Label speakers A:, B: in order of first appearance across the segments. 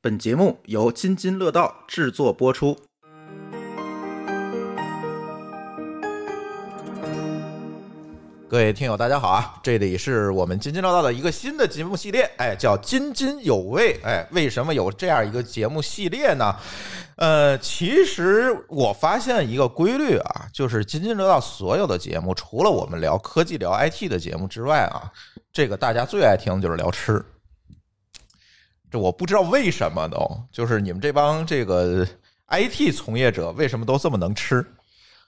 A: 本节目由津津乐道制作播出。
B: 各位听友，大家好啊！这里是我们津津乐道的一个新的节目系列，哎，叫“津津有味”。哎，为什么有这样一个节目系列呢？呃，其实我发现一个规律啊，就是津津乐道所有的节目，除了我们聊科技、聊 IT 的节目之外啊，这个大家最爱听的就是聊吃。这我不知道为什么都，就是你们这帮这个 IT 从业者为什么都这么能吃？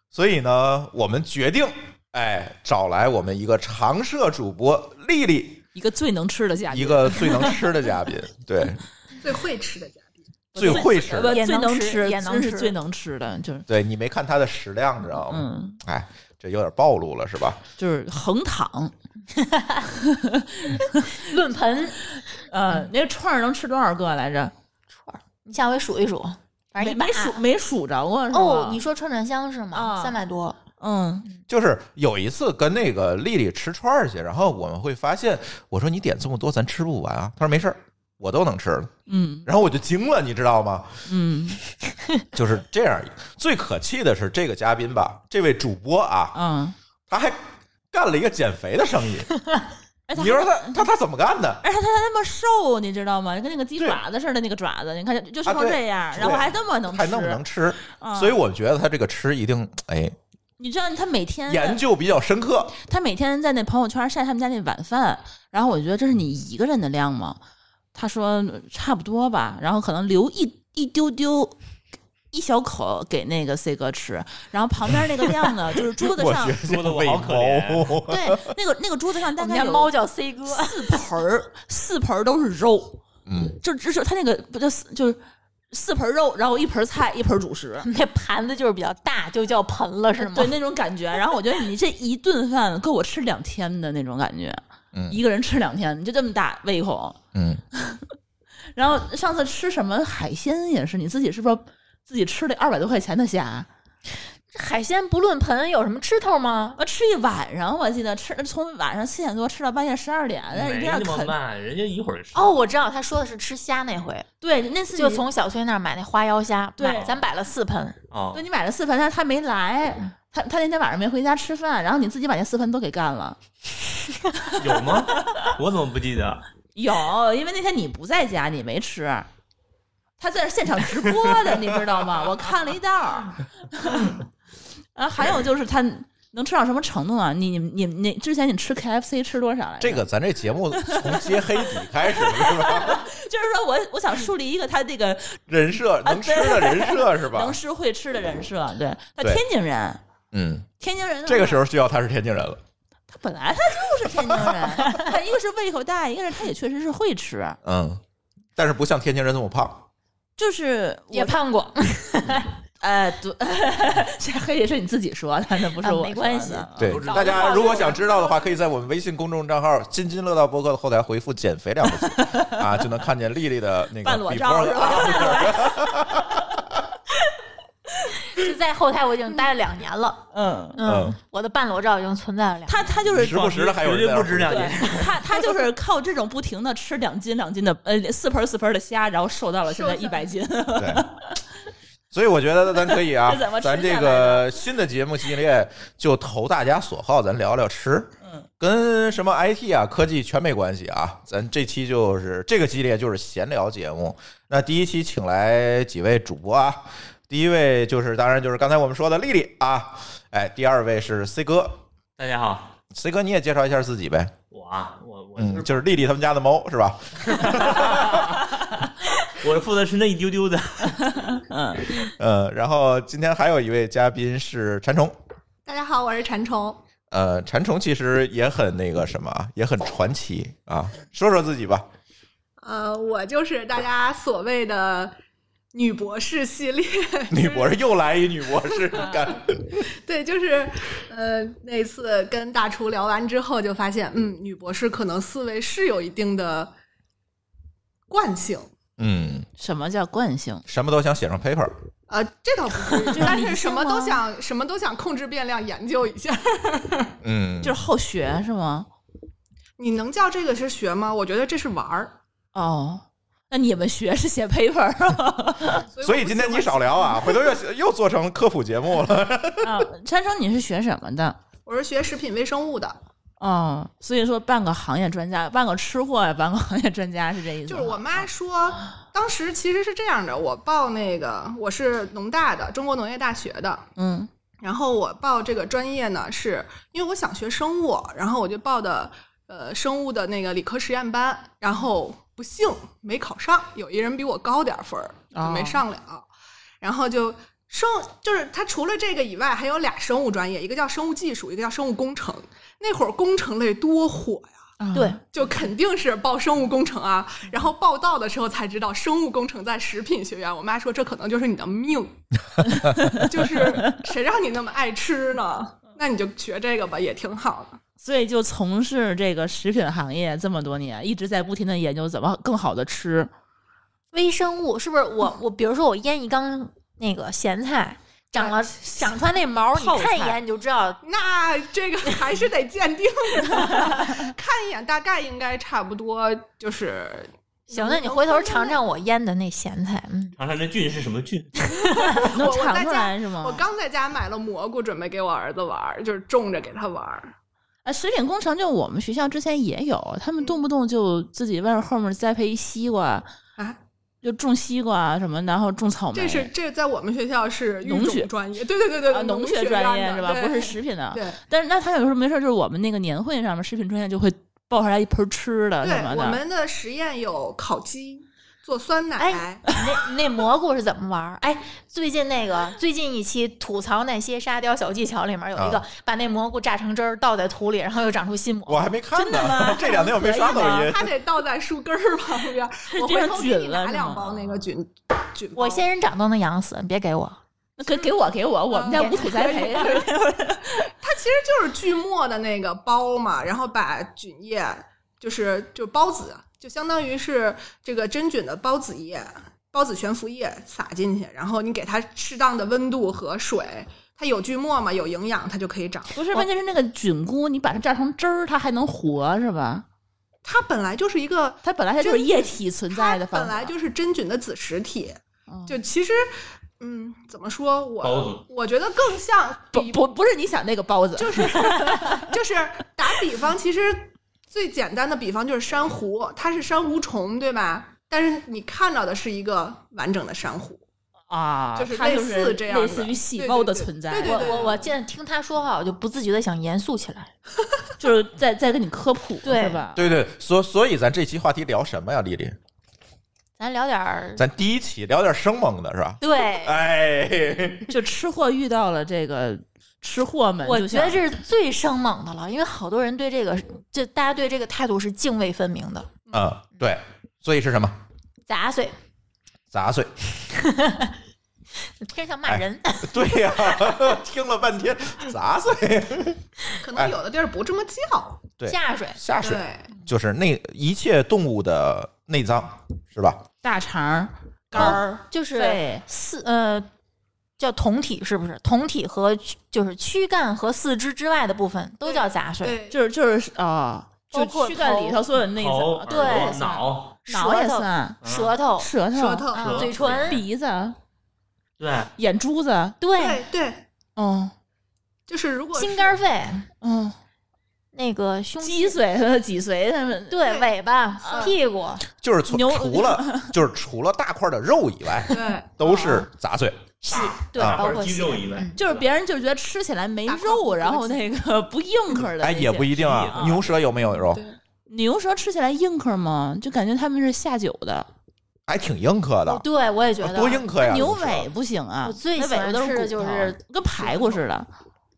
B: 所以呢，我们决定，哎，找来我们一个常设主播丽丽，
C: 一个最能吃的嘉宾，
B: 一个最能吃的嘉宾， 对，
D: 最会吃的嘉宾，
B: 最会吃
C: 呃
B: 的，
C: 不
E: 也
C: 最
E: 能
C: 能
E: 吃也能
C: 真是
E: 吃
C: 最能吃的，就是
B: 对，你没看她的食量，你知道吗？
C: 嗯，
B: 哎，这有点暴露了，是吧？
C: 就是横躺，
E: 论盆，嗯
C: 呃，那个串儿能吃多少个来着？
E: 你下回数一数，反正
C: 没
E: 一百
C: 没数没数着过是吧？
E: 哦，你说串串香是吗？
C: 啊
E: 三百多，
C: 嗯，
B: 就是有一次跟那个丽丽吃串儿去，然后我们会发现，我说你点这么多，咱吃不完啊。她说没事儿，我都能吃了。
C: 嗯
B: 然后我就惊了，你知道吗？
C: 嗯
B: 就是这样。最可气的是这个嘉宾吧，这位主播啊，
C: 嗯，
B: 他还干了一个减肥的生意。
C: 哎，他哎
B: 你说他他他怎么干的？
C: 而且他还那么瘦，你知道吗？跟那个鸡
B: 对
C: 爪子似的，那个爪子，你看就就
B: 啊
C: 瘦成
B: 对
C: 这样，
B: 对
C: 然后还那么能吃，
B: 还那么能吃？嗯
C: 啊
B: 所以我觉得他这个吃一定哎
C: 你知道他每天
B: 研究比较深刻。
C: 他每天在那朋友圈晒他们家那晚饭，然后我觉得这是你一个人的量吗？他说差不多吧，然后可能留一一丢丢。一小口给那个 C 哥吃，然后旁边那个量呢，就是桌子
B: 我
C: 上
B: 觉，得
F: 说得我
B: 喂
F: 好可怜
B: 猫
C: 对， 那个那个桌子上
E: 我
C: 大
E: 们
C: 概
E: 家
C: 有
E: 猫叫 C 哥，
C: 四盆儿，四盆儿都是肉，
B: 嗯，
C: 就只是他那个不就四就是四盆肉，然后一盆菜，一盆主食，
E: 那盘子就是比较大，就叫盆了是吗？
C: 呃对那种感觉。然后我觉得你这一顿饭够我吃两天的那种感觉，
B: 嗯
C: 一个人吃两天，你就这么大胃口。
B: 嗯，
C: 然后上次吃什么海鲜也是，你自己是不是自己吃了二百多块钱的虾？
E: 海鲜不论盆，有什么吃头吗？
C: 我吃一晚上，我记得吃从晚上七点多吃到半夜十二点，但是
F: 没
C: 这样
F: 那么
C: 啃。
F: 慢，人家一会儿吃。
E: 哦，我知道他说的是吃虾那回，
C: 对，那次你
E: 就从小崔那儿买那花腰虾，
C: 对
E: 买咱摆了四盆，
B: 哦
F: 啊
C: 对，你买了四盆，但是他没来，他他那天晚上没回家吃饭，然后你自己把那四盆都给干了。
F: 有吗？ 我怎么不记得？
C: 有，因为那天你不在家，你没吃。他在那现场直播的，你知道吗？我看了一道儿。 啊，还有就是他能吃到什么程度啊？你你你你之前你吃 KFC 吃多少来着？
B: 这个咱这节目从揭黑底开始是吧？
C: 就是说我我想树立一个他这个
B: 人设能吃的人设是吧
C: 能？吃会吃的人设。对，他
B: 对
C: 天津人，
B: 嗯，
C: 天津人的
B: 这个时
C: 话
B: 候需要他是天津人了。
C: 他本来他就是天津人，他一个是胃口大，一个是他也确实是会吃，
B: 嗯，但是不像天津人这么胖。
C: 就是
E: 也
C: 我
E: 胖过，
C: 呃对， 这黑也是你自己说的，那不是
E: 啊
C: 我
E: 没关
C: 说
E: 系
C: 的
B: 对，大家如果想知
C: 啊
B: 道的话，可以在我们微信公众账号“津津乐道播客”的后台回复“减肥”两个字啊，就能看见丽丽的那
C: 半
B: 个
C: 裸
B: b
C: 照
B: e
C: 是 吧？
E: 就在后台我已经待了两年了，
C: 嗯，
B: 嗯，
E: 我的半裸照已经存在了两年。
C: 他他就是
B: 时不时的还有人
F: 绝
B: 在
F: 对
B: 那儿
F: 不止两
C: 对
F: 年。
C: 他他就是靠这种不停的吃两斤两斤的呃四盆四盆的虾，然后瘦到了现在一百斤。
B: 对。所以我觉得咱可以啊
C: 这怎么，吃
B: 咱这个新的节目系列就投大家所好，咱聊聊吃，
C: 嗯，
B: 跟什么 IT 啊、科技全没关系啊。咱这期就是这个系列就是闲聊节目。那第一期请来几位主播啊，第一位就是当然就是刚才我们说的丽丽啊，哎，第二位是 C 哥
F: 大家好，
B: ，C 哥你也介绍一下自己呗，
F: 我啊，我我
B: 嗯，
F: 是
B: 就是丽丽他们家的猫是吧？
F: 我负责是那一丢丢的。
C: 嗯，
B: 嗯，然后今天还有一位嘉宾是馋虫，
D: 大家好，我是馋虫。
B: 呃，馋虫其实也很那个什么啊，也很传奇啊。说说自己 吧，
D: 呃，我就是大家所谓的女博士系列，
B: 女博士又来一女博 士，你看，
D: 对，就是呃，那次跟大厨聊完之后，就发现，嗯，女博士可能思维是有一定的惯性。
B: 嗯，
C: 什么叫惯性？
B: 什么都想写上 paper，
D: 呃，这倒不至于，
C: 样
D: 但
C: 理性
D: 是什么都
C: 吗
D: 想，什么都想控制变量研究一下。
B: 嗯，
C: 就是好学是吗？
D: 你能叫这个是学吗？我觉得这是玩儿。
C: 哦，那你们学是写 paper
B: 所以今天你少聊啊，回头又又做成科普节目了。
C: 啊？山生，你是学什么的？
D: 我是学食品微生物的，
C: 哦，所以说半个行业专家，半个吃货呀，半个行业专家是这意思
D: 就
C: 吗。
D: 是我妈说，当时其实是这样的，我报那个我是农大的，中国农业大学的，
C: 嗯
D: 然后我报这个专业呢，是因为我想学生物，然后我就报的呃生物的那个理科实验班，然后不幸没考上，有一人比我高点儿分儿，就没
C: 哦
D: 上了，然后就。生就是他除了这个以外，还有俩生物专业，一个叫生物技术，一个叫生物工程。那会儿工程类多火呀，
C: 啊
E: 对，
D: 就肯定是报生物工程啊。然后报道的时候才知道，生物工程在食品学院。我妈说这可能就是你的命， 就是谁让你那么爱吃呢？那你就学这个吧，也挺好的。
C: 所以就从事这个食品行业这么多年，一直在不停的研究怎么更好的吃。
E: 微生物是不是我我比如说我腌一缸那个咸菜，长了长出来那毛，你
C: 泡
E: 看一
C: 菜
E: 眼你就知道。
D: 那这个还是得鉴定的， 看一眼大概应该差不多就是。
E: 行，那你回头尝尝我腌的那咸菜，嗯，
F: 尝尝这菌是什么菌？
C: 能
D: 我
C: 尝
D: 在
C: 出
D: 家
C: 来是吗？
D: 我刚在家买了蘑菇，准备给我儿子玩儿，就是种着给他玩儿。
C: 啊，食品工程就我们学校之前也有，他们动不动就自己外面后面栽培一西瓜
D: 啊，
C: 就种西瓜什么，然后种草莓，
D: 这是这在我们学校是育
C: 农
D: 种
C: 学
D: 专业，对对对对，
C: 啊
D: 对
C: 农
D: 学
C: 学专业
D: 院的
C: 是吧？
D: 对
C: 不是食品的。
D: 对。
C: 但是那他有时候没事儿，就是我们那个年会上面，食品专业就会爆出来一盆吃的
D: 对
C: 什么，
D: 我
C: 的。
D: 们的实验有烤鸡、做酸奶，
E: 哎那那蘑菇是怎么玩儿？哎，最近那个最近一期吐槽那些沙雕小技巧里面有一个，把那蘑菇榨成汁儿倒在土里，然后又长出新蘑菇。
B: 我还没看
C: 真的
B: 呢
C: 吗，
B: 这两天我没刷抖音。
D: 它得倒在树根儿旁边。 我
C: 这
D: 回
C: 样
D: 头给
C: 菌
D: 你
C: 了
D: 拿
C: 是
D: 两
C: 吗
D: 包那个菌菌包。
E: 我先人长都能养死，你别给我。
C: 那给给我给我，我们家
E: 嗯
C: 无土栽培的。
D: 它其实就是锯末的那个包嘛，然后把菌液就是就孢子，就相当于是这个真菌的孢子液、孢子悬浮液撒进去，然后你给它适当的温度和水，它有锯末嘛，有营养，它就可以长。
C: 不是，关键是那个菌菇，你把它榨成汁儿，它还能活是吧？
D: 它本来就是一个
C: 它本来它就是液体存在的
D: 它
C: 方
D: 本来就是真菌的子实体。
C: 嗯
D: 就其实，嗯，怎么说
F: 包
D: 我
F: 子
D: 我觉得更像
C: 不
D: 比
C: 不不是你想那个包子，
D: 就是 就是打比方，其实最简单的比方就是珊瑚，它是珊瑚虫，对吧？但是你看到的是一个完整的珊瑚，
C: 啊，
D: 就是
C: 它就
D: 类
C: 是
D: 似这样
C: 类
D: 的
C: 似于细胞的存在。
D: 对对
E: 我
D: 对
E: 我我现在听他说话，我就不自觉的想严肃起来。
C: 就是在在跟你科普，
E: 对
C: 是吧？
B: 对对，所所以咱这期话题聊什么呀，丽丽？
E: 咱聊点儿，
B: 咱第一期聊点生猛的是吧？
E: 对，
B: 哎，
C: 就吃货遇到了这个吃货们，
E: 我
C: 就
E: 觉得
C: 像
E: 这是最生猛的了，因为好多人对这个，这大家对这个态度是泾渭分明的，
B: 嗯，对，所以是什么？
E: 杂碎，
B: 杂碎。
E: 听着像
B: 哎
E: 骂人。
B: 对呀、 听了半天杂碎。
D: 可
B: 哎
D: 能有的地儿不这么叫。
B: 对
E: 下水，
B: 下水
D: 对，
B: 就是内一切动物的内脏是吧？
C: 大肠儿、肝儿、
D: 哦
E: 就是
C: 肺，
E: 四呃，叫酮体是不是？酮体和躯就是躯干和四肢之外的部分都叫杂碎。
D: 对，
C: 就是就是啊，就
E: 包括
C: 躯干里
E: 头
C: 头所有内
F: 头、
C: 脏，
F: 耳
E: 啊对
F: 朵、脑、
C: 脑也
E: 舌头
C: 算，
E: 舌头、
C: 舌头、嗯
D: 舌头，
E: 啊
F: 舌
E: 嘴唇，
C: 鼻子、
F: 对，
C: 眼珠子，
E: 对，
D: 对对，
C: 嗯
D: 就是如果
E: 心
D: 是
E: 肝肺，
C: 嗯，
E: 那个胸
C: 脊
E: 肌，
C: 髓、 脊髓他们，
D: 对
E: 对，尾巴
D: 嗯、
E: 屁股，
B: 就是除
C: 牛
B: 除了就是除了大块的肉以 外，
D: 对
B: 都是杂碎。
C: 哦
E: 细对，
B: 大
E: 包
F: 块
E: 括
F: 肌
E: 细
F: 肉以外
E: 嗯
C: 就是别人就觉得吃起来没
D: 大块
C: 肉，
D: 骨骼
C: 然后
D: 肌
C: 那个 不硬壳的，
B: 哎，也不一定啊。
F: 啊
B: 牛舌有没有肉？
D: 对
C: 牛舌吃起来硬壳吗？就感觉他们是下酒的，
B: 还挺硬壳的
E: 哦，对我也觉
B: 啊
E: 得
B: 多硬壳呀！
C: 牛
B: 舌
C: 尾不行啊，
E: 我最
C: 那
E: 喜
C: 尾巴
E: 欢
C: 都
E: 吃的
C: 骨
E: 就
C: 头
E: 是
C: 跟排骨似的，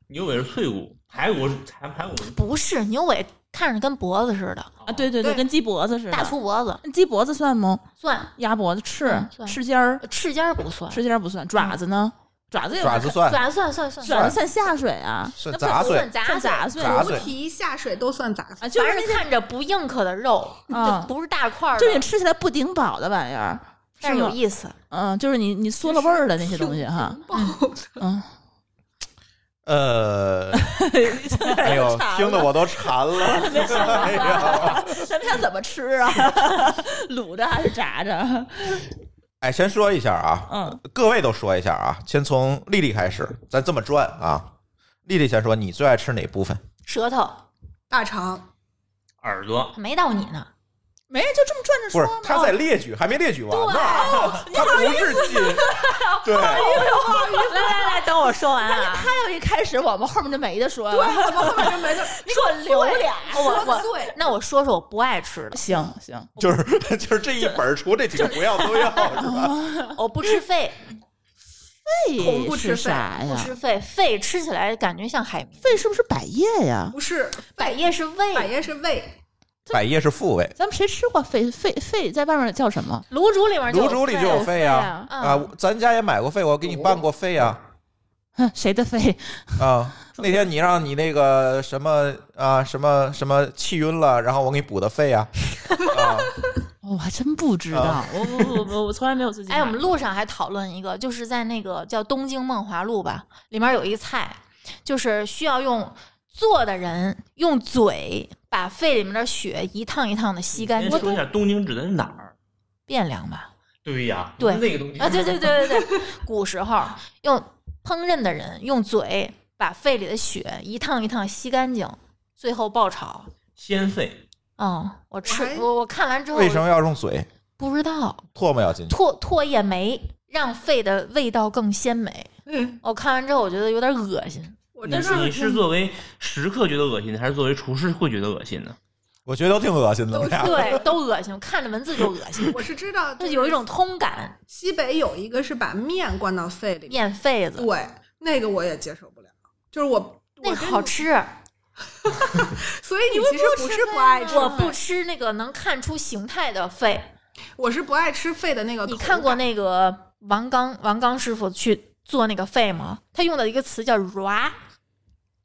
F: 牛尾是脆骨，排骨是排排骨是
E: 不是牛尾，看着跟脖子似的，
C: 啊，对对对，
D: 对
C: 跟鸡脖子似的。
E: 大粗脖子
C: 那鸡脖子算吗？
E: 算，
C: 鸭脖子、翅
E: 嗯、算
C: 翅尖儿、
E: 翅尖儿不算，
C: 翅尖儿不算，爪子呢？爪子也不
B: 爪子算
E: 爪子算算算
C: 爪子算下水啊，
B: 算
C: 那不
B: 杂
E: 不
B: 碎
E: 算，杂
C: 算杂碎
B: 杂
C: 啊，
D: 菩
B: 碎
D: 提下水都算杂碎。
C: 就是
E: 反正看着不硬壳的肉，
C: 啊
E: 就不是大块儿的，
C: 就是你吃起来不顶饱的玩意儿，
E: 但是
C: 吗
E: 有意思。
C: 嗯，就是你你缩了味儿的那些东西哈，嗯，
B: 呃， 哎呦，听得我都馋了。 哎呀，
C: 咱们想怎么吃啊？ 卤着还是炸着？
B: 哎，先说一下啊，
C: 嗯，
B: 各位都说一下啊，先从丽丽开始，咱这么转啊。丽丽先说，你最爱吃哪部分？
E: 舌头
D: 大肠
F: 耳朵，
E: 没到你呢，
C: 没，就这么转着
B: 不
C: 说哦
B: 是
C: 吗？，
B: 她在列举，还没列举完呢。 她不是金，对，
E: 来来来，等我说完啊
C: 他。要一开始，我们后面就没得说
D: 对，
C: 了。
D: 怎么后面就没了？
E: 说榴莲，我
D: 说
E: 我
D: 醉，
E: 那我说说我不爱吃的，
C: 行行，
B: 就是就是 这一本儿，除这几个不要都要，是吧？
E: 我不吃肺，
D: 恐怖
C: 肺是
D: 吃肺
C: 啥
E: 不
C: 呀？
E: 吃肺，肺吃起来感觉像海绵。
C: 嗯肺是不是百叶呀？
D: 不是
E: 百叶是
D: 百
E: 胃，
D: 叶是胃，
B: 百叶是复位
C: 咱们谁吃过肺？肺肺在外面叫什么？
E: 卤煮里面
B: 卤煮里就有
E: 肺
B: 肺啊
E: 对啊
B: 啊！咱家也买过肺，我给你办过肺啊
C: 哼谁的肺？
B: 啊！那天你让你那个什么啊什么什么气晕了，然后我给你补的肺啊啊！
C: 哦我还真不知道
B: 啊。
C: 我我我我我从来没有自己买
E: 哎，
C: 过。
E: 我们路上还讨论一个，就是在那个叫东京梦华录吧，里面有一菜，就是需要用做的人用嘴把肺里面的血一趟一趟的吸干
F: 先
E: 净，
F: 说一下东京指的是哪儿？
E: 汴梁吧？
F: 对呀，
E: 对
F: 那个东西
E: 啊，对对对对对，古时候用烹饪的人用嘴把肺里的血一趟一趟吸干净，最后爆炒。
F: 先肺，
E: 嗯，我吃
D: 我还
E: 我我看完之后
B: 为什么要用嘴？
E: 不知道？
B: 唾沫要进去，
E: 唾唾液酶让肺的味道更鲜美。
D: 嗯，
E: 我看完之后，我觉得有点恶心。
D: 我嗯
F: 你
D: 真
F: 是
D: 是
F: 你是作为食客觉得恶心的，还是作为厨师会觉得恶心呢？
B: 我觉得都挺恶心的。我俩
E: 对，都恶心，看着文字就恶 心，
D: 我是知道，
E: 就
D: 就是
E: 有一种通感，
D: 西北有一个是把面灌到肺里面，
E: 咽肺子，
D: 对，那个我也接受不了，就是我。
E: 那
D: 我
E: 个
D: 跟
E: 好吃。
D: 所以你其实不是不爱吃，
E: 我不吃那个能看出形态的肺。
D: 我是不爱吃肺的那个口
E: 你
D: 感。
E: 看过那个王刚王刚师傅去做那个肺吗？他用的一个 词叫 “ra”，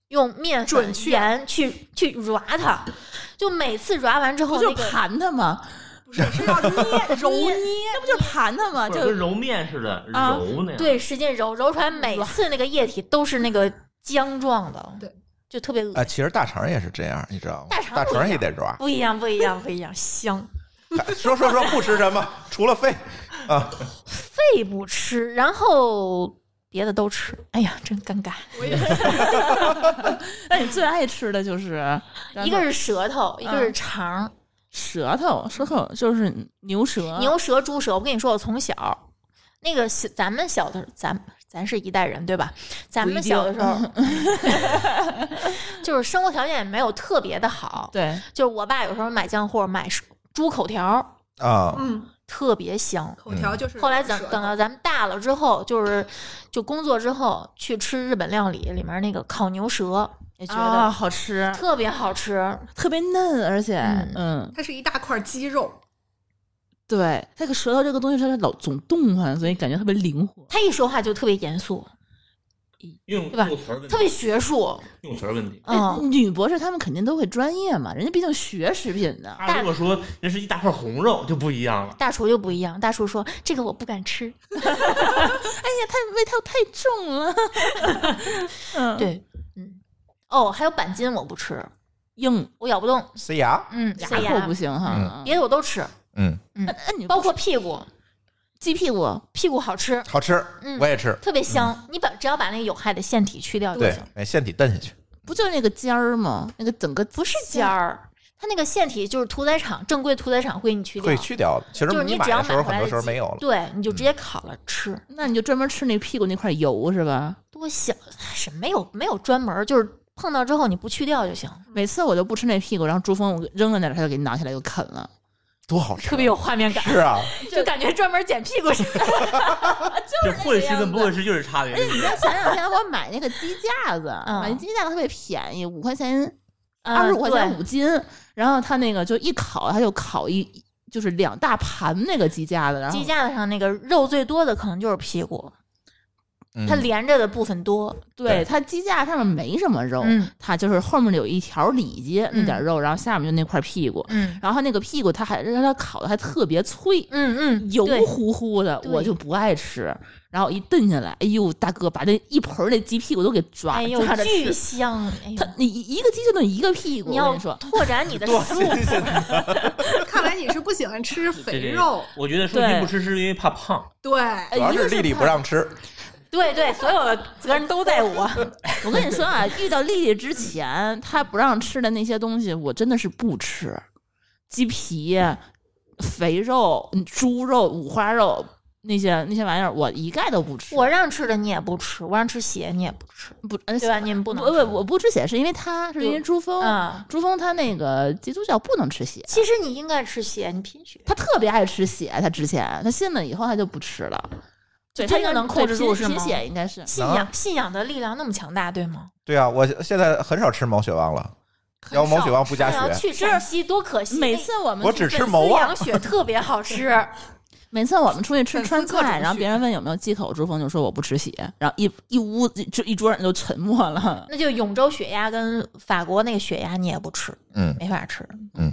E: 用面粉
D: 准确
E: 盐去去 ra 它，就每次 ra 完之
C: 不
E: 后
C: 就
E: 那
C: 是
E: 个。
C: 盘它吗？
D: 不是是要捏揉
E: 捏
D: 捏，
C: 那不就是盘它吗？
F: 或
C: 啊就
F: 者跟揉面似的
C: 啊
F: 揉那样。，
E: 对，使劲揉，揉出来每次那个液体都是那个浆状的，
D: 对，
E: 就特别恶
B: 啊，
E: 心。
B: 其实大肠也是这样，你知道吗？
E: 大肠
B: 大肠也
E: 不一
B: 得 抓。
E: 不一样，不一样，不一样，香。
B: 说说说不吃什么，除了肺啊，
E: 肺不吃，然后别的都吃。哎呀，真尴尬。
D: 我也
C: 那你最爱吃的就是
E: 一个是舌头，一个
C: 嗯
E: 是肠儿，
C: 舌头，舌头就是牛舌，
E: 牛舌、猪舌。我跟你说，我从小那个小咱们小的，咱咱是一代人对吧？咱
C: 不
E: 们
C: 一定
E: 小的时候， 就是生活条件也没有特别的好，
C: 对，
E: 就是我爸有时候买酱货买猪口条儿，
B: 啊，
D: 嗯，
E: 特别香。
D: 口条就是。
E: 嗯后来等等到咱们大了之后，就是就工作之后去吃日本料理，里面那个烤牛舌也觉
C: 啊，
E: 得
C: 好吃，
E: 特别好吃。
C: 特别嫩，而且
E: 嗯
C: 嗯，
D: 它是一大块肌肉，
C: 对，那个舌头这个东西它是老总动弹，所以感觉特别灵活。
E: 他一说话就特别严肃，
B: 嗯
F: 用
E: 对吧
F: 用词儿问题
E: 特别学术。
F: 用词儿问题。
C: 哎
E: 嗯，
C: 女博士她们肯定都会专业嘛，人家毕竟学食品的，哎
F: 他如果说那是一大块红肉就不一样了，
E: 大厨就不一样，大厨说这个我不敢吃。
C: 哎呀，太味道太重了，嗯，
E: 对，嗯，哦，还有板筋我不吃，
C: 硬
E: 我咬不动。
B: 塞牙，
E: 嗯，
C: 牙
E: 塞
C: 口不行哈哎
B: 嗯，
E: 别的我都吃，
B: 嗯，
C: 那你
E: 包括屁股，
C: 鸡屁股，
E: 屁股好吃，
B: 好吃，
E: 嗯
B: 我也吃，
E: 特别香。你把只要把那个有害的腺体去掉就
B: 对
E: 行。，
B: 哎，腺体蹬下去，
C: 不就那个尖儿吗？那个整个
E: 不是尖儿，它那个腺体就是屠宰场正规屠宰场会给你去掉，
B: 会去掉的。其
E: 就
B: 实
E: 是你
B: 买
E: 只要
B: 的时
E: 买
B: 候，
E: 回
B: 很
E: 来
B: 多时候
E: 的
B: 没
E: 鸡
B: 有了。嗯
E: 对，你就直接烤了吃，
C: 那你就专门吃那屁股那块油是吧？
E: 多香！是没有没有专门儿，就是碰到之后你不去掉就行，
C: 每次我都不吃那屁股，然后珠峰我扔在那儿，他就给你拿起来又啃了。
B: 多好吃啊，
E: 特别有画面感，
B: 是啊，
E: 就感觉专门捡屁股似的。
F: 这会吃跟不会吃就是差别。
C: 前两天我买那个鸡架子，
E: 嗯
C: 买鸡架子特别便宜，五块钱，
E: 嗯
C: 二十五块钱
E: 对
C: 五斤。然后他那个就一烤，他就烤一就是两大盘那个鸡架子，然后
E: 鸡架子上那个肉最多的可能就是屁股，
B: 嗯
E: 它连着的部分多。
B: 对
C: 对，它鸡架上面没什么肉，
E: 嗯
C: 它就是后面有一条里脊那点
E: 嗯
C: 肉，然后下面就那块屁股，
E: 嗯
C: 然后那个屁股它还让它烤的还特别脆，
E: 嗯嗯，
C: 油
E: 对
C: 乎乎的，
E: 对
C: 我就不爱吃。然后一炖下来，哎呦，大哥把那一盆儿那鸡屁股都给抓
E: 哎呦
C: 抓着，
E: 巨
C: 吃。
E: 香！哎呦
C: 它，你一一个鸡就炖一个屁股，
E: 你
C: 我
E: 要
C: 跟你说，
E: 拓展你的
B: 多
E: 食
B: 新
E: 物。
B: 鲜！
D: 看来你是不喜欢吃
F: 这
D: 肥
F: 这
D: 肉，
F: 我觉得说
C: 对
F: 鸡不吃是因为怕胖，
D: 对，
E: 哎
B: 主要
C: 一个
B: 是丽丽
C: 怕
B: 不让吃，
E: 对对，所有的责任都 在我。
C: 我跟你说啊，遇到丽丽之前，她不让吃的那些东西，我真的是不吃，鸡皮、肥肉、嗯猪肉、五花肉那些那些玩意儿，我一概都不吃。
E: 我让吃的你也不吃，我让吃血你也不吃，
C: 不，呃
E: 对吧？啊你们不能
C: 我
E: 吃
C: 我我不吃血是因为她，是因为朱峰，
E: 嗯
C: 朱峰他那个基督教不能吃血，
E: 其实你应该吃血，你贫血。
C: 他特别爱吃血，他之前他信了以后他就不吃了。对，
E: 真
C: 他应该
E: 的能控制
C: 对
E: 住
C: 贫
E: 是吗
C: 贫血应该是
E: 信仰信仰的力量那么强大，对吗？
B: 对啊，我现在很少吃毛血旺了，要不毛血旺不加
E: 那
B: 血，
E: 要哎去陕西多可惜！
C: 每
E: 那
C: 次我们
B: 我
C: 去
B: 只吃
E: 粉丝
B: 毛旺
E: 羊。血特别好 吃，
C: 每次我们出去吃
D: 粉丝
C: 川
D: 各种
C: 菜，然后
D: 血
C: 别人问有没有忌口，朱峰就说我不吃血，然后一一屋子就一桌人就沉默了。
E: 那就永州血鸭跟法国那个血鸭你也不吃，
B: 嗯
E: 没法吃。
B: 嗯，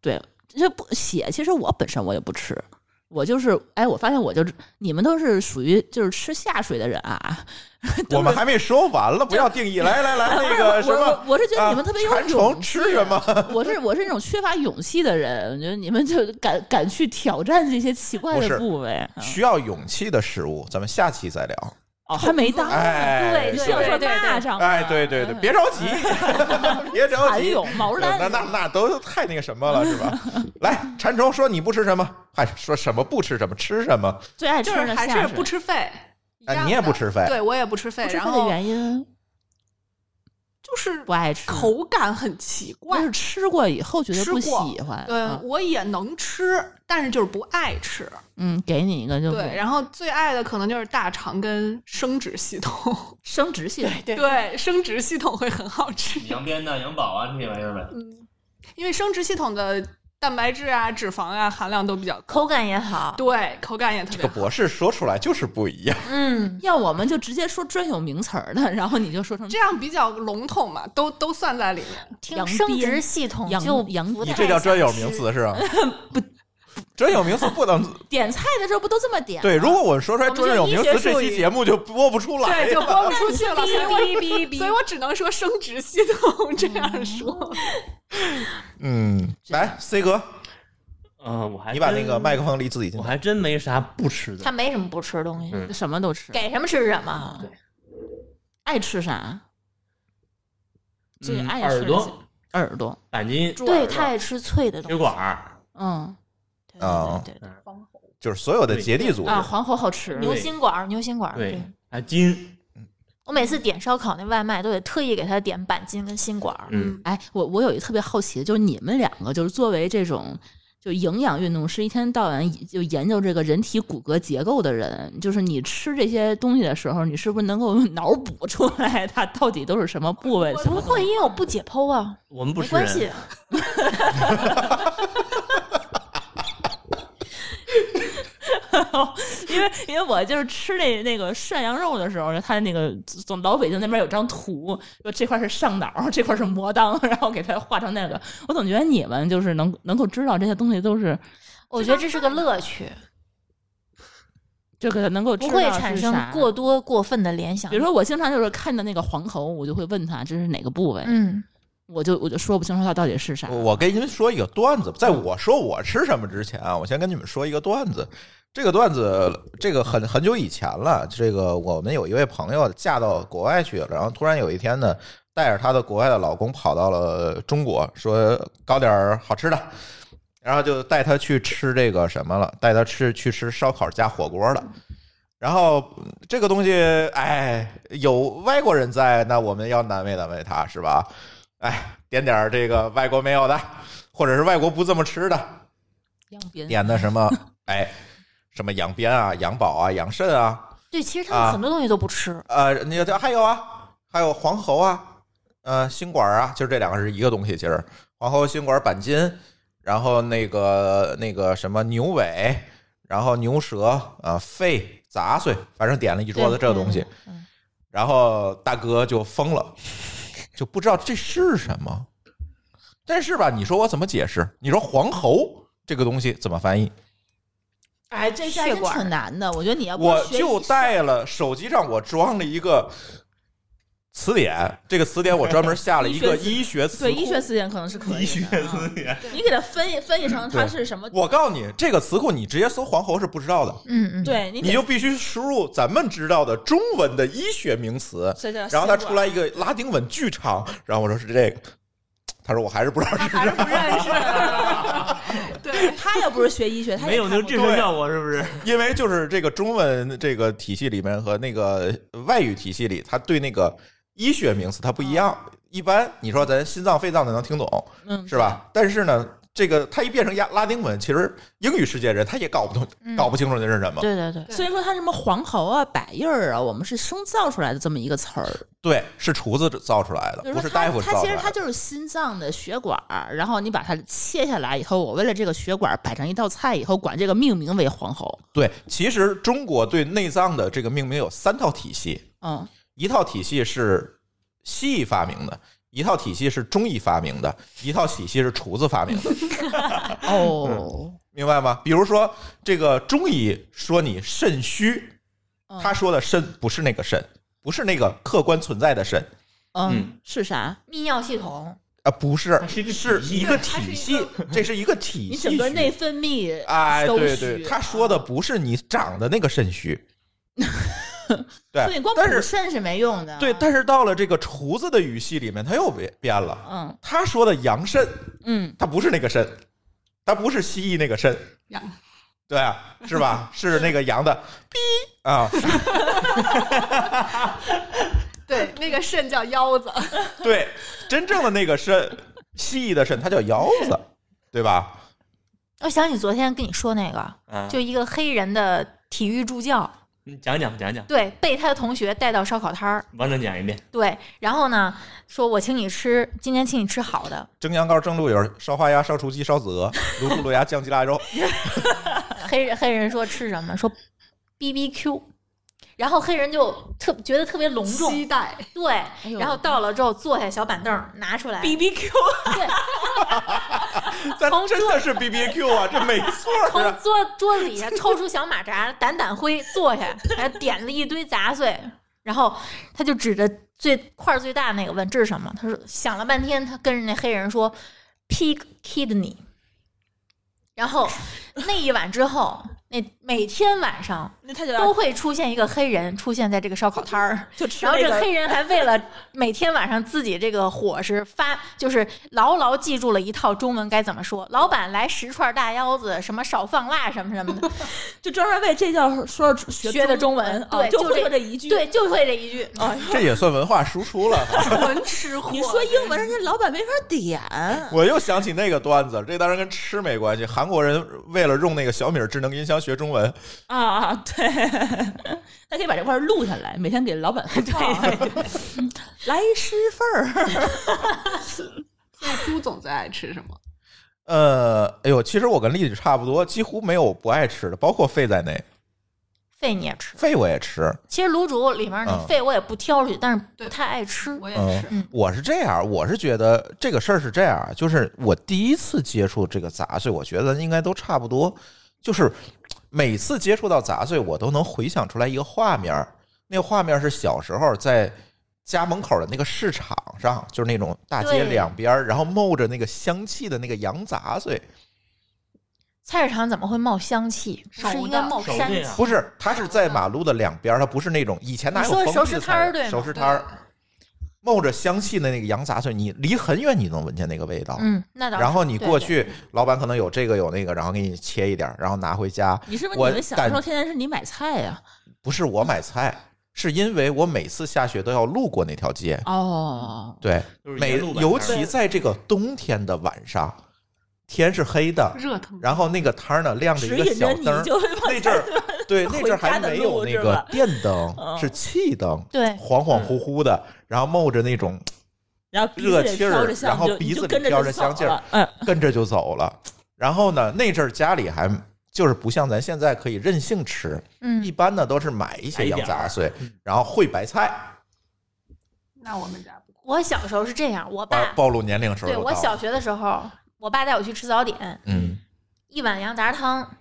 C: 对，这不血，其实我本身我也不吃，我就是哎，我发现我就你们都是属于就是吃下水的人啊。
B: 我们还没说完了，不要 定义。来来来，那哎个什
C: 我我
B: 么，
C: 我是觉得你
B: 啊
C: 们特别
B: 馋
C: 有
B: 虫
C: 勇气，
B: 吃什么？
C: 我是我是那种缺乏勇气的人，我觉得你们就敢敢去挑战这些奇怪
B: 不是
C: 的部位。
E: 啊
C: 嗯
B: 需要勇气的食物，咱们下期再聊。
C: 哦，还没到，
B: 哎，
E: 啊对
C: 你
E: 对
C: 是要说
E: 对
C: 大上嗯吗，
B: 哎，对对对，别着急，别着
C: 蚕
B: 急。
C: 蛹、毛
B: 那
C: 丹，
B: 那那那都太那个什么了，是吧？来，馋虫说你不吃什么，还说什么不吃什么，吃什么？
C: 最爱吃
D: 就
C: 的
D: 是还
C: 下
D: 是
C: 水
D: 不吃肺。一
B: 哎，
D: 样
B: 你也
D: 的
B: 不吃肺，
D: 对我也不吃肺，
C: 不吃
D: 然
C: 饭
D: 后
C: 的原因
D: 就是
C: 不爱吃
D: 口感很奇怪
C: 但。是吃过以后觉得
D: 吃
C: 不
D: 过
C: 喜欢。
D: 对
C: 嗯，
D: 我也能吃，但是就是不爱吃。
C: 嗯，给你一个就不
D: 对，然后最爱的可能就是大肠跟生殖系统，
C: 生殖系统
E: 对
D: 对，生殖系统会很好吃，
F: 羊鞭呐、羊宝啊这些玩意儿呗。
D: 因为生殖系统的蛋白质啊、脂肪啊含量都比较高，
E: 口感也好。
D: 对，口感也特
B: 这
D: 别
B: 个
D: 好。
B: 博士说出来就是不一样。
E: 嗯，
C: 要我们就直接说专有名词儿的，然后你就说成
D: 这样比较笼统嘛，都都算在里面。
E: 听
C: 羊
E: 生
C: 鞭
E: 殖系统
C: 羊
E: 就
C: 羊
E: 不
B: 你
E: 太
B: 这叫专有
E: 想
B: 名
E: 吃
B: 词是吧？不，专有名词不能
C: 点菜的时候不都这么点？
B: 对。如果我们说出来
C: 我们就
B: 专有名
C: 医学
B: 词，
C: 术语
B: 这期节目就播不出来
D: 对，就
B: 了。
D: 播不出去了，所以我
E: 哔哔哔
D: 所以我只能说生殖系统 这样说。
B: 嗯，来，C 哥，
F: 嗯，我还
B: 你把那
F: 真
B: 个麦克风离自己近
F: 我。还真没啥不吃
E: 他
F: 的。
E: 没什么不吃的东西，
F: 嗯
C: 什么都吃，
E: 给什么吃什么。
F: 对
C: 爱吃啥？最
F: 嗯
C: 爱吃
F: 耳
C: 的
F: 朵、
C: 耳朵，
F: 板筋、猪
E: 对，
F: 耳朵
E: 他爱吃脆的
F: 血
E: 东西。
F: 管儿，
C: 嗯
E: 对
B: 啊
E: 对对对
B: 就是所有的结缔组织
C: 啊，黄喉好吃
E: 对，牛心管儿，牛心管儿。
F: 对，还筋，
E: 我每次点烧烤那外卖都得特意给他点板筋跟心管儿。
F: 嗯，
C: 哎，我我有一个特别好奇的，就是你们两个，就是作为这种就营养运动师，一天到晚以就研究这个人体骨骼结构的人，就是你吃这些东西的时候，你是不是能够脑补出来它到底都是什么部位？什
E: 不
C: 么
E: 会，因 为我不解剖啊，
F: 我们不
E: 没
F: 吃
E: 关系
F: 人，。
C: 因为因为我就是吃那那个涮羊肉的时候，它那个总老北京那边有张图，说这块是上脑，这块是魔裆， 然后给它画成那个。我总觉得你们就是能能够知道这些东西都是
E: 我觉得这是个乐趣，
C: 这个能够知
E: 不
C: 道
E: 会
C: 是
E: 产生
C: 啥
E: 过多过分的联想。
C: 比如，说，我经常就是看到那个黄喉，我就会问他这是哪个部位，
E: 嗯，
C: 我就我就说不清楚它到底是啥。
B: 我给你们说一个段子吧，在我说我吃什么之前啊，我先跟你们说一个段子。这个段子，这个很很久以前了。这个我们有一位朋友嫁到国外去了，然后突然有一天呢，带着她的国外的老公跑到了中国，说搞点儿好吃的，然后就带她去吃这个什么了，带她吃去吃烧烤加火锅了。然后嗯这个东西，哎，有外国人在，那我们要难为难为他，是吧？哎，点点儿这个外国没有的，或者是外国不这么吃的，
C: 样边
B: 点的什么，哎，什么羊鞭啊、羊宝啊、羊肾啊，
E: 对，其实他们很多东西都不吃。
B: 呃，那个还有啊，还有黄喉啊，呃，心管儿啊，就是这两个是一个东西，其实黄喉、心管儿、板筋，然后那个那个什么牛尾，然后牛舌啊、肺、杂碎，反正点了一桌子这东西。然后大哥就疯了，就不知道这是什么。但是吧，你说我怎么解释？你说黄喉这个东西怎么翻译？
C: 哎，这
E: 血
C: 还真
E: 管
C: 挺难的。我觉得你要呃不
B: 我
C: 学
B: 就
C: 医
B: 带了手机上，我装了一个词典，这个词典我 专门下了一个医学词
C: 对
B: 库
C: 医学词典可能是可以的。
F: 医学
C: 啊
F: 字典，
C: 你给它翻译翻译成它是什么？
B: 我告诉你，这个词库你直接搜黄喉是不知道的，
E: 嗯嗯，
C: 对你
B: 你
C: 给
B: 就必须输入咱们知道的中文的医学名词
C: 所以叫，
B: 然后它
C: 新冠
B: 出来一个拉丁文巨长，然后我说是这个，他说我还是不知道是
D: 还是不认识。 对，
C: 他要不是学医学，他也
F: 没有
C: 看
F: 那个
C: 不
F: 精
C: 懂
F: 神效果是不是？
B: 因为就是这个中文这个体系里面和那个外语体系里，它对那个医学名词它不一样。
C: 哦
B: 一般你说咱心脏、肺脏的能听懂，
C: 嗯
B: 是吧？但是呢，这个它一变成亚拉丁文，其实英语世界人他也搞不懂、
C: 嗯
B: 搞不清楚这是什么。
E: 对对对，
C: 所以说它什么黄喉啊、百叶儿啊，我们是生造出来的这么一个词儿，
B: 对，是厨子造出来的，
C: 就
B: 不
C: 说
B: 是
C: 它
B: 大夫
C: 它
B: 造
C: 其
B: 出
C: 实
B: 来
C: 它
B: 的。
C: 就是心脏的血管儿，然后你把它切下来以后，我为了这个血管儿摆成一道菜以后，管这个命名为黄喉。
B: 对，其实中国对内脏的这个命名有三套体系，
C: 嗯，
B: 一套体系是西医发明的，一套体系是中医发明的，一套体系是厨子发明 的。
C: 哦，
B: 明白吗？比如说，这个中医说你肾虚，
C: 嗯
B: 他说的肾不是那个肾，不是那个客观存在的肾
C: 嗯，是啥？
E: 泌尿系统，
B: 啊，不是
F: 它，是一个
B: 是
F: 体系
B: 一个 体系， 这是一个体系。
C: 你整个内啊分泌
B: 哎，
C: 都
B: 对
C: 虚
B: 对，他说的不是你长的那个肾 虚，对
C: 所以光，
B: 但
C: 补
B: 是
C: 肾是没用的。啊
B: 对，但是到了这个厨子的语系里面，他又变变了。
C: 嗯
B: 他说的阳肾，
C: 嗯，
B: 他不是那个肾，他不是西医那个肾，
D: 呀
B: 对啊，是 吧？是那个阳的，逼啊，
D: 对，那个肾叫腰子，
B: 对，真正的那个肾，蜥蜴的肾，它叫腰子，对吧？
E: 我想起昨天跟你说那个，
F: 啊，
E: 就一个黑人的体育助教，
F: 你嗯讲讲讲讲，
E: 对，被他的同学带到烧烤摊儿，
F: 完整讲一遍。
E: 对，然后呢，说我请你吃，今天请你吃好的，
B: 蒸羊羔、蒸鹿油、烧花鸭、烧雏鸡、烧子鹅、卤猪、卤鸭、酱鸡、腊肉。
E: 黑人黑人说吃什么？说 B B Q，然后黑人就特觉得特别隆
D: 膝
E: 重，
D: 带，
E: 对
C: 呦，
E: 然后到了之后坐下小板凳儿拿出来
C: B B Q
E: 对，
B: 咱真的是 B B Q 啊，这没错儿
E: 从
B: 啊。
E: 桌桌子底下抽出小马扎， 掸掸灰，坐下，还点了一堆杂碎，然后他就指着最块儿最大那个问这是什么？他说想了半天，他跟着那黑人说 pig kidney。然后那一晚之后，那每天晚上
C: 那他就
E: 都
C: 要
E: 会出现一个黑人出现在这个烧烤摊儿，
C: 就吃
E: 然后
C: 那
E: 这
C: 个
E: 黑人还为了每天晚上自己这个伙食发，就是牢牢记住了一套中文该怎么说。老板来十串大腰子，什么少放辣，什么什么的，
C: 就专门为这叫说学
E: 学的中
C: 文
E: 文，
C: 啊
E: 对
C: 就
E: 就
C: 会
E: 这
C: 说这一句。
E: 对，就会这一句。哦
C: 哎呦
B: 这也算文化输出了啊。
D: 纯吃货。
C: 你说英文，人家老板没法点。 啊
B: 我又想起那个段子，这当然跟吃没关系。韩国人为了用那个小米儿智能音箱学中文，
C: 啊，对， 他可以把这块儿录下来，每天给 老板发 来一师份儿。
D: 那朱总最爱吃 什么？
B: 呃，哎呦，其实我跟丽丽差不多，几乎没有不爱吃的，包括肺在内，
E: 肺你也吃，
B: 肺我也吃。
E: 其实卤煮里面
B: 嗯
E: 你肺我也不挑去，但是
D: 对
E: 不太爱吃。
D: 我也
B: 嗯
D: 是，
B: 我是这样，我是觉得这个事儿是这样，啊就是我第一次接触这个杂碎，我觉得应该都差不多。就是每次接触到杂碎，我都能回想出来一个画面儿，那个画面是小时候在家门口的那个市场上，就是那种大街
E: 对
B: 两边儿，然后冒着那个香气的那个羊杂碎，
E: 菜市场怎么会冒香气？不
D: 熟
E: 是
D: 的
E: 应该冒
F: 熟
E: 膻
F: 的
E: 气
F: 呀？
B: 不是，它是在马路的两边儿，它不是那种以前哪有
E: 你说
B: 封
E: 熟
B: 闭
E: 食
B: 的
E: 摊儿
B: 菜
E: 对吗
B: 熟食摊儿，冒着香气的那个羊杂碎，你离很远你能闻见那个味道，
E: 嗯，那倒是。
B: 然后你
E: 对
B: 过
E: 对
B: 去，老板可能有这个有那个，然后给你切一点儿，然后拿回家。
C: 你是不是
B: 我
C: 你们小时候
B: 感
C: 天天是你买菜啊呀、
B: 不是我买菜，是因为我每次下雪都要路过那条街。
C: 哦，
B: 对，
F: 就是
B: 每
F: 沿路摆摊儿
B: 尤其在这个冬天的晚上，天是黑的，
D: 热腾腾。
B: 然后那个摊儿呢亮着
C: 嗯指
B: 一个
C: 引
B: 小
C: 着你
B: 灯儿，
C: 就会往
B: 那阵儿对那
C: 回
B: 阵儿
C: 家
B: 还
C: 的
B: 没
C: 路
B: 有那
C: 是
B: 个
C: 吧
B: 电灯，
C: 嗯
B: 是气灯，
E: 对
B: 恍恍惚惚的，然后冒着那 种
C: 然后鼻
B: 热
C: 子里
B: 气儿
C: 飘着香，
B: 然后
C: 你就
B: 鼻子
C: 你
B: 里
C: 就跟着
B: 飘
C: 就
B: 着
C: 走
B: 香劲儿
C: 了嗯，
B: 跟着就走了。然后呢，那阵儿家里还就是不像咱现在可以任性吃，
E: 嗯
B: 一，般呢都是买一些羊杂碎，然后烩白菜。
D: 那我们家不
E: 我小时候是这样，我
B: 暴
E: 爸
B: 暴露年龄的时候
E: 对
B: 就到
E: 我
B: 了，
E: 小学的时候，我爸带我去吃早点，
B: 嗯
E: 一碗羊杂汤，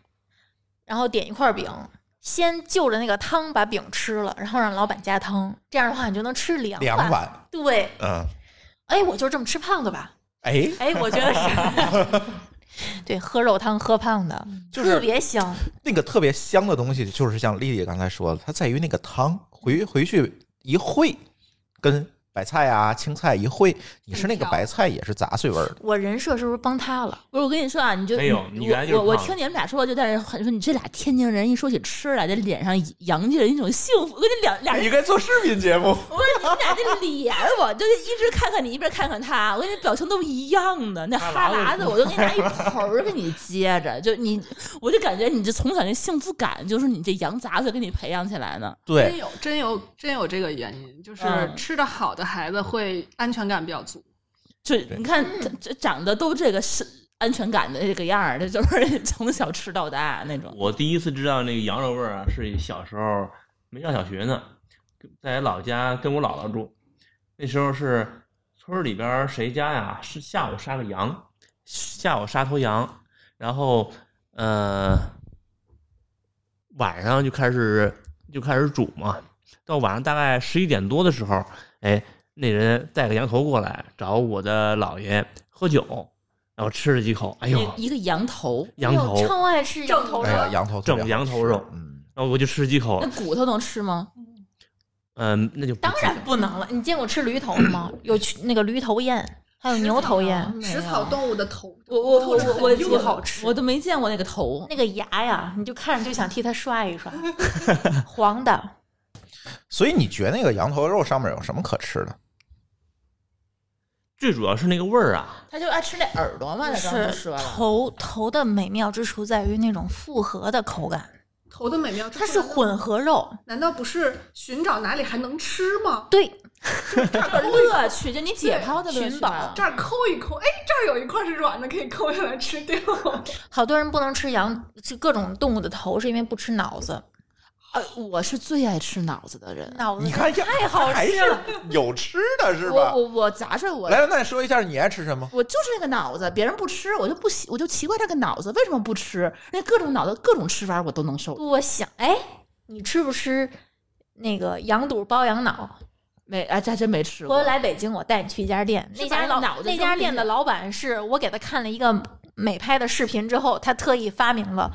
E: 然后点一块饼，先就着那个汤把饼吃了，然后让老板加汤，这样的话你就能吃两
B: 两碗，
E: 对，
B: 嗯，
E: 哎，我就这么吃胖的吧？
B: 哎，
E: 哎，我觉得是。对，喝肉汤喝胖的，
B: 就
E: 特
B: 是
E: 别香。
B: 那个特别香的东西，就是像丽丽刚才说的，它在于那个汤回回去一烩，跟白菜啊、青菜一烩，你吃那个白菜也是杂碎味儿的。
E: 我人设是不是帮他了？
C: 不是我跟你说啊，你就
F: 没有你原来就是
C: 我我我
F: 胖
C: 听你们俩说，就在这很说你这俩天津人一说起吃来，这脸上洋溢着一种幸福。我跟你两俩人，
B: 应哎该做视频节 目，
C: 我跟你们俩这脸，我就是一直看看你，一边看看他，我跟你表情都一样的。那哈喇子，我就给你拿一盆儿给你接着，就你，我就感觉你这从小那幸福感，就是你这羊杂碎给你培养起来呢。
D: 真
B: 对，
D: 有真有真有这个原因，就是
C: 嗯
D: 吃的好的孩子会安全感比较足。
C: 就你看，这这长得都这个是安全感的这个样儿，这就是从小吃到大那种。
F: 我第一次知道那个羊肉味儿啊，是小时候没上小学呢，在老家跟我姥姥住。那时候是村儿里边儿谁家呀，是下午杀个羊，下午杀头羊，然后呃晚上就开始就开始煮嘛，到晚上大概十一点多的时候，哎，那人带个羊头过来找我的姥爷喝酒，然后吃了几口，哎呦，
C: 一一个羊头，
F: 羊头
E: 哎呦超爱吃羊头
B: 哎呀，
E: 肉，
B: 羊头特
F: 整
B: 别好
F: 羊头
B: 吃
F: 肉
B: 嗯，
F: 然后哦我就吃了几口
C: 那，骨头能吃吗？
F: 嗯，那就不
E: 当
F: 记
E: 然
F: 得
E: 不能了。你见过吃驴头的吗？有去那个驴头宴，还有牛头
C: 啊
E: 宴，
D: 食草动物的头，
C: 我我我我我
E: 特别好吃
C: 我都没见过那个头。
E: 那个牙呀，你就看着就想替它刷一刷，黄的。
B: 所以你觉得那个羊头肉上面有什么可吃的？
F: 最主要是那个味儿啊，
C: 他就爱吃那耳朵嘛，他刚才
E: 是
C: 说了。
E: 头头的美妙之处在于那种复合的口感，
D: 头的美妙之处
E: 它
D: 难
E: 是
D: 道，
E: 混合肉，
D: 难道不是寻找哪里还能吃吗？
E: 对，
C: 乐趣就你解剖的乐趣
E: 寻
C: 吧
E: 宝。
D: 这儿抠一抠，哎，这儿有一块是软的，可以抠下来吃掉。
E: 好多人不能吃羊，吃各种动物的头，是因为不吃脑子，
C: 呃，我是最爱吃脑子的人。
E: 脑子
B: 你看，
E: 哦太好
B: 还
E: 吃
B: 是
E: 了。
B: 有吃的是
C: 我
B: 吧？
C: 我我杂碎我。
B: 来，那你说一下你爱吃什么？
C: 我就是那个脑子，别人不吃，我就不喜，我就奇怪这个脑子为什么不吃？那各种脑子各种吃法我都能受，
E: 我想，哎，你吃不吃那个羊肚包羊脑？
C: 没哎，这还真没吃
E: 回
C: 过。
E: 头来北京，我带你去一家店，
C: 是
E: 那
C: 把
E: 家
C: 那
E: 老
C: 脑袋
E: 那
C: 扔
E: 家
C: 进
E: 店
C: 去
E: 的老板是我给他看了一个美拍的视频之后，他特意发明了，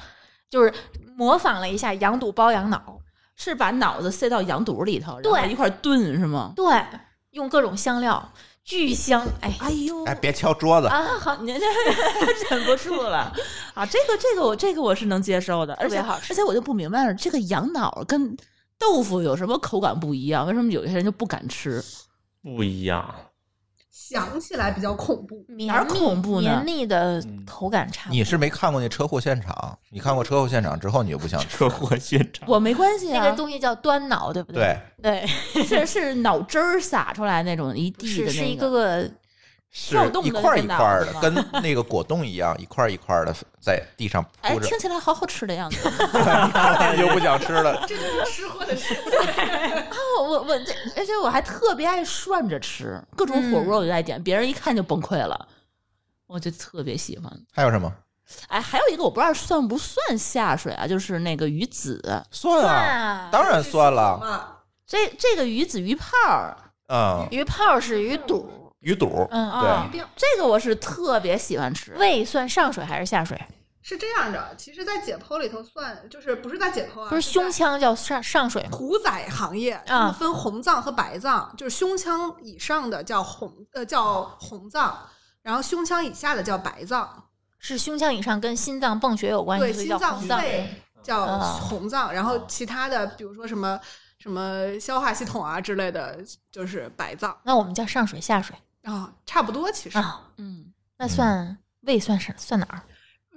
E: 就是模仿了一下羊肚包羊脑，
C: 是把脑子塞到羊肚里头，然后
E: 对
C: 一块儿炖是吗？
E: 对，用各种香料，巨香，哎
C: 哎呦，
B: 哎，别敲桌子，
E: 啊，好，
C: 你 忍不住了 啊！这个这个我这个我是能接受的，而
E: 特别
C: 且
E: 好吃
C: 而且我就不明白了，这个羊脑儿跟豆腐有什么口感不一样？为什么有些人就不敢吃？
F: 不一样。
D: 想起来比较恐怖，
E: 绵
C: 哪儿
E: 密
C: 恐怖呢
E: 绵密的口感差不
B: 嗯
E: 多。
B: 你是没看过那车祸现场，你看过车祸现场之后你就不想吃。
F: 车祸现场，
C: 我没关系
E: 那
C: 啊
E: 个，东西叫端脑，对不
B: 对，
E: 对？
C: 是是脑汁儿洒出来那种一地
E: 是
C: 的
E: 是一
C: 那
E: 个。个
B: 是
C: 跳动的
B: 一块儿一
C: 那个
B: 块儿
C: 脑
B: 的，
C: 子
B: 跟那个果冻一样，一块儿一块儿的在地上
C: 哎，
B: 铺着
C: 听，起来好好吃的样 子。
B: 你就不想吃了。
D: 这就是吃货的世界。
E: 哦
C: 我我我
B: 啊
C: 这，而且我还特别爱涮着吃，各种
E: 嗯
C: 火锅我就爱点，别人一看就崩溃了，我就特别喜欢。
B: 还有什么？
C: 哎，还有一个我不知道算不算下水啊，就是那个鱼子，
B: 蒜啊，
E: 啊，
B: 当然蒜了。
D: 啊，
C: 这这个鱼子鱼泡儿，
B: 嗯，
E: 鱼泡是鱼肚，
B: 鱼肚，
E: 嗯
B: 对
E: 啊，
D: 病
C: 这个我是特别喜欢吃。
E: 胃算上水还是下水？
D: 是这样的，其实，在解剖里头算，就是不是在解剖啊，
E: 不是胸
D: 在
E: 腔叫啊上上水吗？
D: 屠宰行业，他们分红脏和白脏，就是胸腔以上的叫红呃叫红脏，然后胸腔以下的叫白脏，
E: 是胸腔以上跟心脏泵血有关
D: 对，
E: 系，所以
D: 心
E: 叫
D: 脏、
E: 红脏。
D: 肺叫
E: 啊
D: 红脏，然后其他的比如说什么什么消化系统啊之类的，就是白脏
E: 那我们叫上水下水
D: 啊，差不多其实
E: 啊，
C: 嗯，
E: 那算胃算是算哪儿？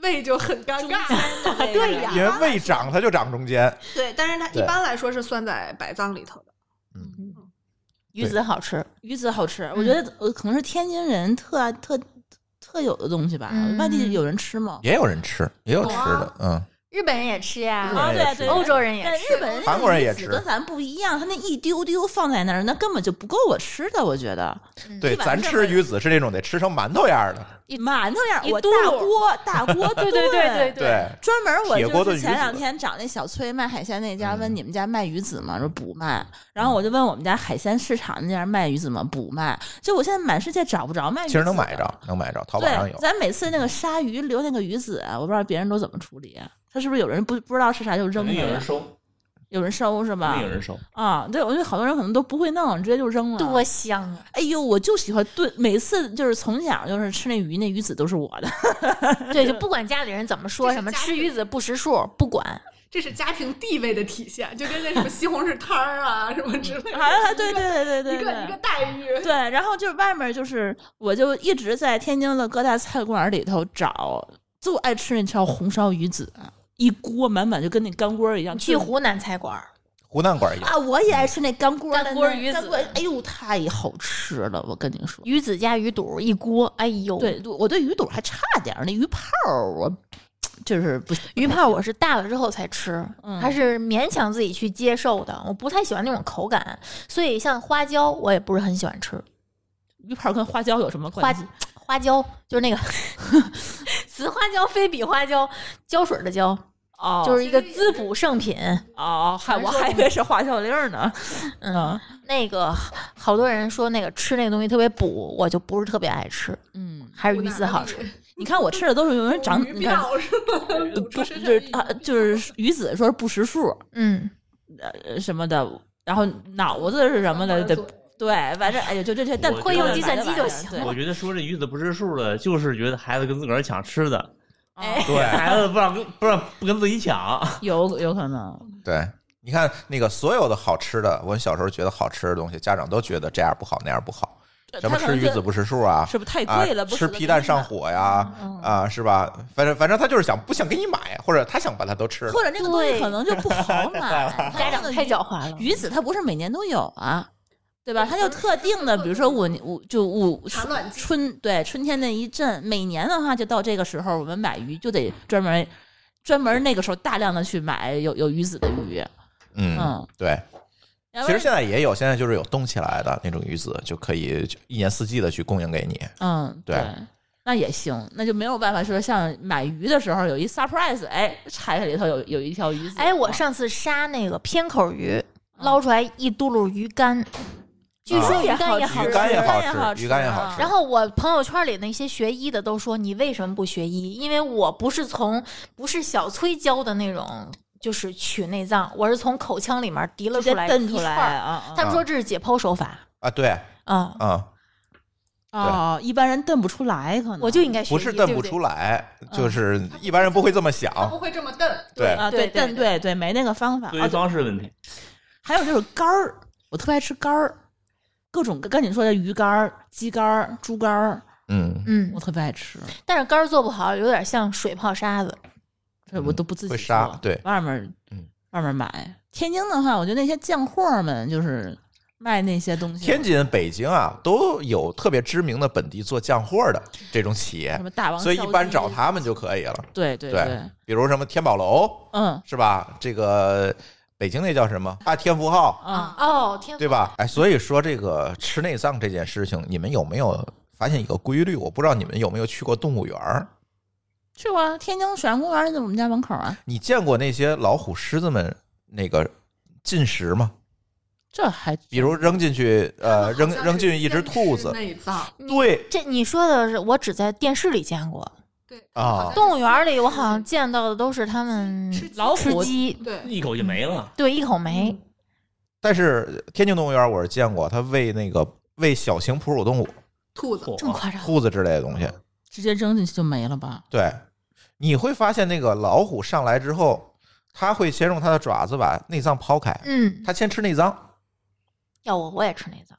D: 胃就很尴尬，
E: 对
C: 嗯
E: 呀
B: 因为胃长它就长中间。
D: 对，但是它一
B: 对
D: 般来说是算在白脏里头的。
E: 鱼子好吃，嗯
C: 鱼子好吃，我觉得呃可能是天津人特爱特特有的东西吧。
E: 嗯
C: 外地有人吃吗？
B: 也有人吃，也有吃
D: 有啊
B: 的，嗯，
E: 日本人也吃呀
B: 日，本
C: 啊，
B: 人也
C: 对
B: 吃
C: 对，
E: 欧洲人也
C: 但
E: 吃
C: 日本人
B: 韩国人也
C: 那个
B: 吃
C: 籽跟咱不一样，他那一丢丢放在那儿，那根本就不够我吃的。我觉得
E: 嗯
B: 对，
C: 基本上
B: 咱
C: 这
B: 吃
C: 么
B: 鱼子是那种得吃成馒头样儿的，
C: 馒头样，
E: 一
C: 我
E: 嘟
C: 大
E: 噜
C: 锅大 锅
E: 对对对对
C: 炖
B: 对，
C: 专门我
B: 铁锅
C: 就
B: 炖
C: 是
B: 鱼
C: 前
B: 子
C: 两天找那小崔卖海鲜那家，
B: 嗯
C: 问你们家卖鱼子吗？说不卖。然后我就问我们家海鲜市场那家卖鱼子吗？不卖。就我现在满世界找不着卖鱼子，
B: 其实能买。着，能买着，淘宝上
C: 对，
B: 有。
C: 咱每次那个鲨鱼留那个鱼籽，我不知道别人都怎么处理。啊他是不是有人不不知道是啥就
F: 肯
C: 扔了
F: 定有人
C: 呀？
F: 收，
C: 有人收是
F: 肯
C: 吧
F: 定？有人收。
C: 啊，对，我觉得好多人可能都不会弄，直接就扔了。
E: 多香啊！
C: 哎呦，我就喜欢炖，每次就是从小就是吃那鱼，那鱼籽都是我的。
E: 对，就不管家里人怎么说
D: 这是
E: 什么，
D: 家
E: 吃
D: 里
E: 鱼子不识数，不管。
C: 啊
D: 这是家庭地位的体现，就跟那什么西红柿摊儿啊什么之类的，
C: 啊，对对对 对对，
D: 一
C: 对
D: 个一个待遇。
C: 对，然后就是外面就是，我就一直在天津的各大菜馆里头找，就爱吃那条红烧鱼子，啊一锅满满，就跟那干锅一样。
E: 去
C: 就
E: 湖南菜馆儿，
B: 湖南馆有，
C: 啊，我也爱吃那干锅的
E: 干锅
C: 那
E: 鱼
C: 干
E: 子
C: 锅哎呦，太好吃了，我跟你说。
E: 鱼子加鱼肚一锅，哎呦，
C: 对，我对鱼肚还差点儿，那鱼泡儿我就是不行。
E: 鱼泡我是大了之后才吃，
C: 嗯
E: 还是勉强自己去接受的。我不太喜欢那种口感，所以像花椒我也不是很喜欢吃。
C: 鱼泡儿跟花椒有什么
E: 花
C: 关系？
E: 花椒就 是那个此花椒非彼花椒，胶水的胶，
C: 哦
E: 就是一个滋补圣品。
C: 哦，还我还以为是花椒粒儿呢。嗯
E: 那个好多人说那个吃那个东西特别补，我就不是特别爱吃，
C: 嗯，
E: 还是鱼子好吃。
C: 你看 我吃的都是有人长，
D: 鱼
C: 你看
D: 鳔是吧？
C: 不
D: 卤
C: 就
D: 出身上的
C: 是
D: 鱼
C: 啊，就是鱼子说是不识数
E: 嗯，
C: 呃什么的，然后脑子是什么的，得
D: 嘴
C: 对，反正哎呀，就这些，但
F: 我
E: 会用计算机就行
C: 对
F: 我觉得说这鱼子不识数的，就是觉得孩子跟自个儿抢吃的，
C: 哎，
B: 对
F: 孩子不让跟不让不跟自己抢，
C: 有有可能，
B: 对，你看那个所有的好吃的，我小时候觉得好吃的东西，家长都觉得这样不好那样不好，什么
C: 他
B: 吃
C: 可能
B: 鱼
C: 觉
B: 子
C: 得
B: 不识数啊，
C: 是不是太
B: 啊
C: 贵了？不，嗯
B: 吃
C: 舍得
B: 皮蛋
C: 给你
B: 上
C: 买，
B: 火呀，啊，是吧？反正反正他就是想不想给你买，或者他想把它都吃了。
C: 或者那个东西
E: 对。
C: 可能就不好买 他
E: 家长
C: 那个
E: 太
C: 鱼
E: 狡
B: 嗯
E: 猾了。
C: 鱼子它不是每年都有啊，对吧？它就特定的，比如说五五就五
D: 产卵季
C: 春对春天那一阵，每年的话就到这个时候，我们买鱼就得专门专门那个时候大量的去买有有鱼子的鱼，
B: 嗯
C: 嗯，
B: 对。
C: 要
B: 其
C: 不
B: 实
C: 然
B: 现在也有，现在就是有冻起来的那种鱼子，就可以就一年四季的去供应给你。
C: 嗯
B: 对
C: 对。那也行，那就没有办法说像买鱼的时候有一 surprise，哎，拆开里头有有一条鱼子。啊
E: 哎，我上次杀那个偏口鱼，捞出来一嘟噜鱼干，据说
C: 啊
E: 鱼干也
C: 好
E: 好
C: 吃
B: 鱼
E: 吃。
B: 干也
C: 鱼干也
B: 好
C: 好
B: 吃，
C: 吃
B: 鱼干也好
C: 啊
B: 吃
E: 然。后我朋友圈里那些学医的都说你为什么不学医？因为我不是从不是小崔教的那种，就是取内脏，我是从口腔里面滴了
C: 直
E: 出
C: 接
E: 来
C: 蹬
E: 一
C: 出
E: 串
C: 来
E: 儿。
C: 啊
E: 他们说这是解剖手法
B: 啊，对，
E: 啊、
C: 哦
B: 嗯，
C: 啊！哦，一般人蹬不出来，可能
E: 我就应该学医，
B: 不是蹬
E: 对
B: 不
E: 对
B: 出来，
C: 嗯
B: 就是一般人不会这么想。
D: 他不会这么瞪。
B: 对，
C: 啊，对，
E: 对对
C: 蹬对对，没那个方法。
F: 思
C: 啊
F: 维方式问题。
C: 还有就是肝儿，我特别爱吃肝儿，各种跟你说的鱼肝儿、鸡肝儿、猪肝儿，
B: 嗯，
E: 嗯
C: 我，特别爱吃，
E: 但是肝儿做不好，有点像水泡沙子。
C: 这我都不自己
B: 嗯会
C: 做
B: 杀对
C: 外面
B: 嗯
C: 外面买。天津的话，我觉得那些酱货儿们就是卖那些东西，
B: 天津、北京啊都有特别知名的本地做酱货的这种企业
C: 什，么大王，
B: 所以一般找，他们就可以了。
C: 对对
B: 对比如什么天宝楼
C: 嗯
B: 是吧？这个北京那叫什么啊？天福号
C: 啊，
E: 哦，天，
B: 对吧？哎，所以说这个吃内脏这件事情，你们有没有发现一个规律？我不知道你们有没有去过动物园儿。
C: 去过啊天津水上公园就在我们家门口啊，
B: 你见过那些老虎、狮子们那个进食吗？
C: 这还
B: 比如扔进去，呃，扔扔进去一只兔子，
D: 内脏，
B: 对，
E: 这你说的是我只在电视里见过，
D: 对
B: 啊
E: 动物园里我好像见到的都是他们
D: 吃鸡
C: 嗯老
E: 吃
C: 虎嗯
E: 鸡，
D: 对
F: 一口就没了，
E: 对，一口没。
B: 但是天津动物园我是见过，它喂那个喂小型哺乳动物、
D: 兔
C: 嗯
D: 子，
E: 这么
F: 嚯，
E: 夸张？
B: 兔子之类的东西。
E: 嗯
C: 直接扔进去就没了吧？
B: 对，你会发现那个老虎上来之后，它会先用它的爪子把内脏抛开，
E: 嗯，
B: 它先吃内脏，
E: 要我我也吃内脏，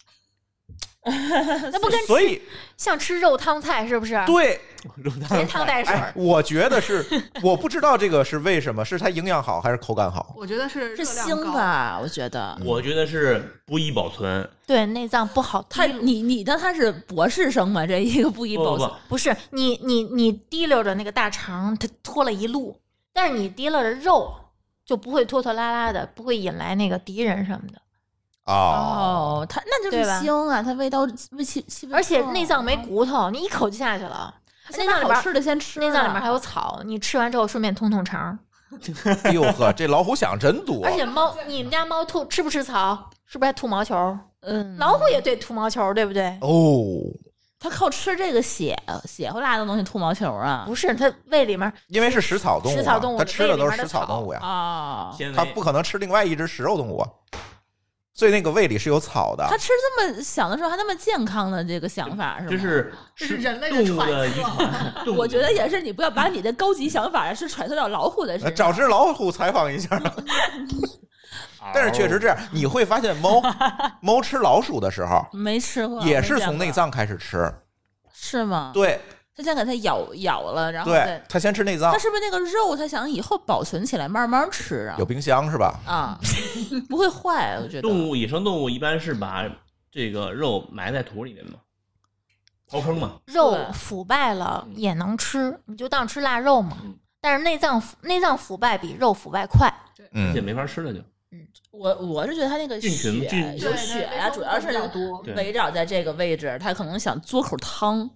E: 那不跟
B: 所以
E: 像吃啊肉汤菜是不是？
B: 对，
F: 肉汤
E: 连汤带水
B: 哎
E: 儿，，
B: 我觉得是，我不知道这个是为什么，是它营养好还是口感好？
D: 我觉得是
C: 是
D: 热量
C: 腥
D: 高，
C: 吧？我觉
B: 嗯
C: 得。
F: 我觉得是不易保存，
E: 对内脏不好滴
C: 他，
E: 溜。
C: 你你当他是博士生吗？这一个不一
F: 不
C: 保
F: 不
C: 存
F: 不，
E: 不是你你你滴溜着那个大肠，它拖了一路。但是你提了的肉就不会拖拖拉拉的，不会引来那个敌人什么的，
B: 哦，
C: 哦，它那就
E: 对
C: 是
E: 吧
C: 腥啊，它味道味气气味重。
E: 而且内脏没骨头，你一口就下去了，
C: 它
E: 内
C: 先
E: 脏
C: 把
E: 里边
C: 好
E: 儿
C: 吃的先吃了，啊
E: 内脏里面还有草，你吃完之后顺便通通肠。
B: 哎呦呵，这老虎想真多
E: 而且猫，你们家猫吐吃不吃草？是不是还吐毛球？
C: 嗯，
E: 老虎也对吐毛球，对不对？
B: 哦，
C: 它靠吃这个血血会拉的东西吐毛球啊
E: 不是，它胃里面
B: 因为是食草动物
E: 食草
B: 啊
E: 动，物
B: 它吃的都是
E: 胃里面的
B: 食草动物呀，
C: 啊！
F: 纤维
B: 它不可能吃另外一只食肉动物啊，所以那个胃里是有草的
C: 它。吃这么小的时候还那么健康的这个想法是吗？
F: 这是
D: 这
F: 吃
D: 是人类的
F: 动物的遗
D: 揣
F: 传。动
C: 啊
F: 物
C: 我觉得也是，你不要把你的高级想法是揣测到老虎的身
B: 呃
C: 上。
B: 找只老虎采访一下，
C: 哦
F: 啊
B: 但是确实这样，你会发现 猫猫吃老鼠的时候，
C: 没吃过，
B: 也
C: 没
B: 是
C: 见
B: 从
C: 过啊
B: 内脏开始吃，
C: 是吗？
B: 对
C: 他先给它咬咬了，然后
B: 对啊
C: 再，，
B: 它先吃内脏
C: 它，是不是那个肉，它想以后保存起来慢慢吃啊
B: 有？冰箱是吧？
C: 啊， 不会坏，我觉得。
F: 动物野生动物一般是把这个肉埋在土里面嘛，刨坑嘛。
E: 肉
C: 对
E: 腐败了
F: 嗯
E: 也能吃，你就当吃腊肉嘛
F: 嗯。
E: 但是内脏腐内脏腐败比肉腐败快，
F: 这
B: 嗯，
F: 没法吃了就。
C: 我我是觉得它那个
F: 菌群
C: 血
F: 菌
C: 有血呀、主要是
D: 比较多，
F: 对
C: 围绕在这个位置，它可能想嘬口汤，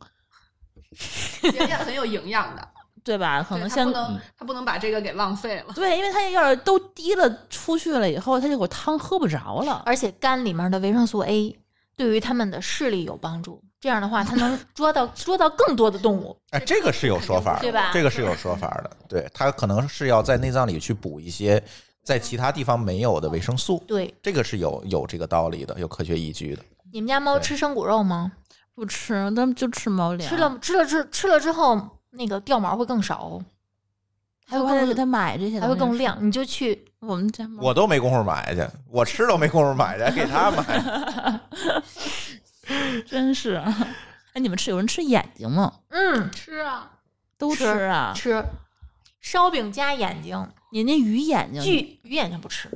D: 也也很有营养的，
C: 对吧？ 可
D: 对
C: 能
D: 它
C: 先
D: 不能它不能把这个给浪费了。
C: 对，因为它要是都滴了出去了以后，它这口汤喝不着了。
E: 而且肝里面的维生素 A 对于他们的视力有帮助。这样的话，它能捉到捉到更多的动物。
B: 哎，这个是有说法
E: 对
B: 的，
E: 吧
B: 这个是有说法的，对，它可能是要在内脏里去补一些在其他地方没有的维生素，
E: 对，
B: 这个是有有这个道理的，有科学依据的。
E: 你们家猫
B: 对
E: 吃生骨肉吗？
C: 不吃，咱们就吃猫粮。
E: 吃，了吃了之吃了之后，那个掉毛会更少哦，还
C: 我还得
E: 会
C: 给它
E: 更
C: 买这些，
E: 还会更。亮。你就去
C: 我们家猫，
B: 我都没工夫买去，我吃都没工夫买去，还给他 买。
C: 真是。 哎，你们吃有人吃眼睛吗？
E: 嗯
D: 吃啊，
C: 都
E: 吃
C: 啊！
E: 吃烧饼加眼睛，
C: 你那鱼眼睛，
E: 巨鱼眼睛不吃，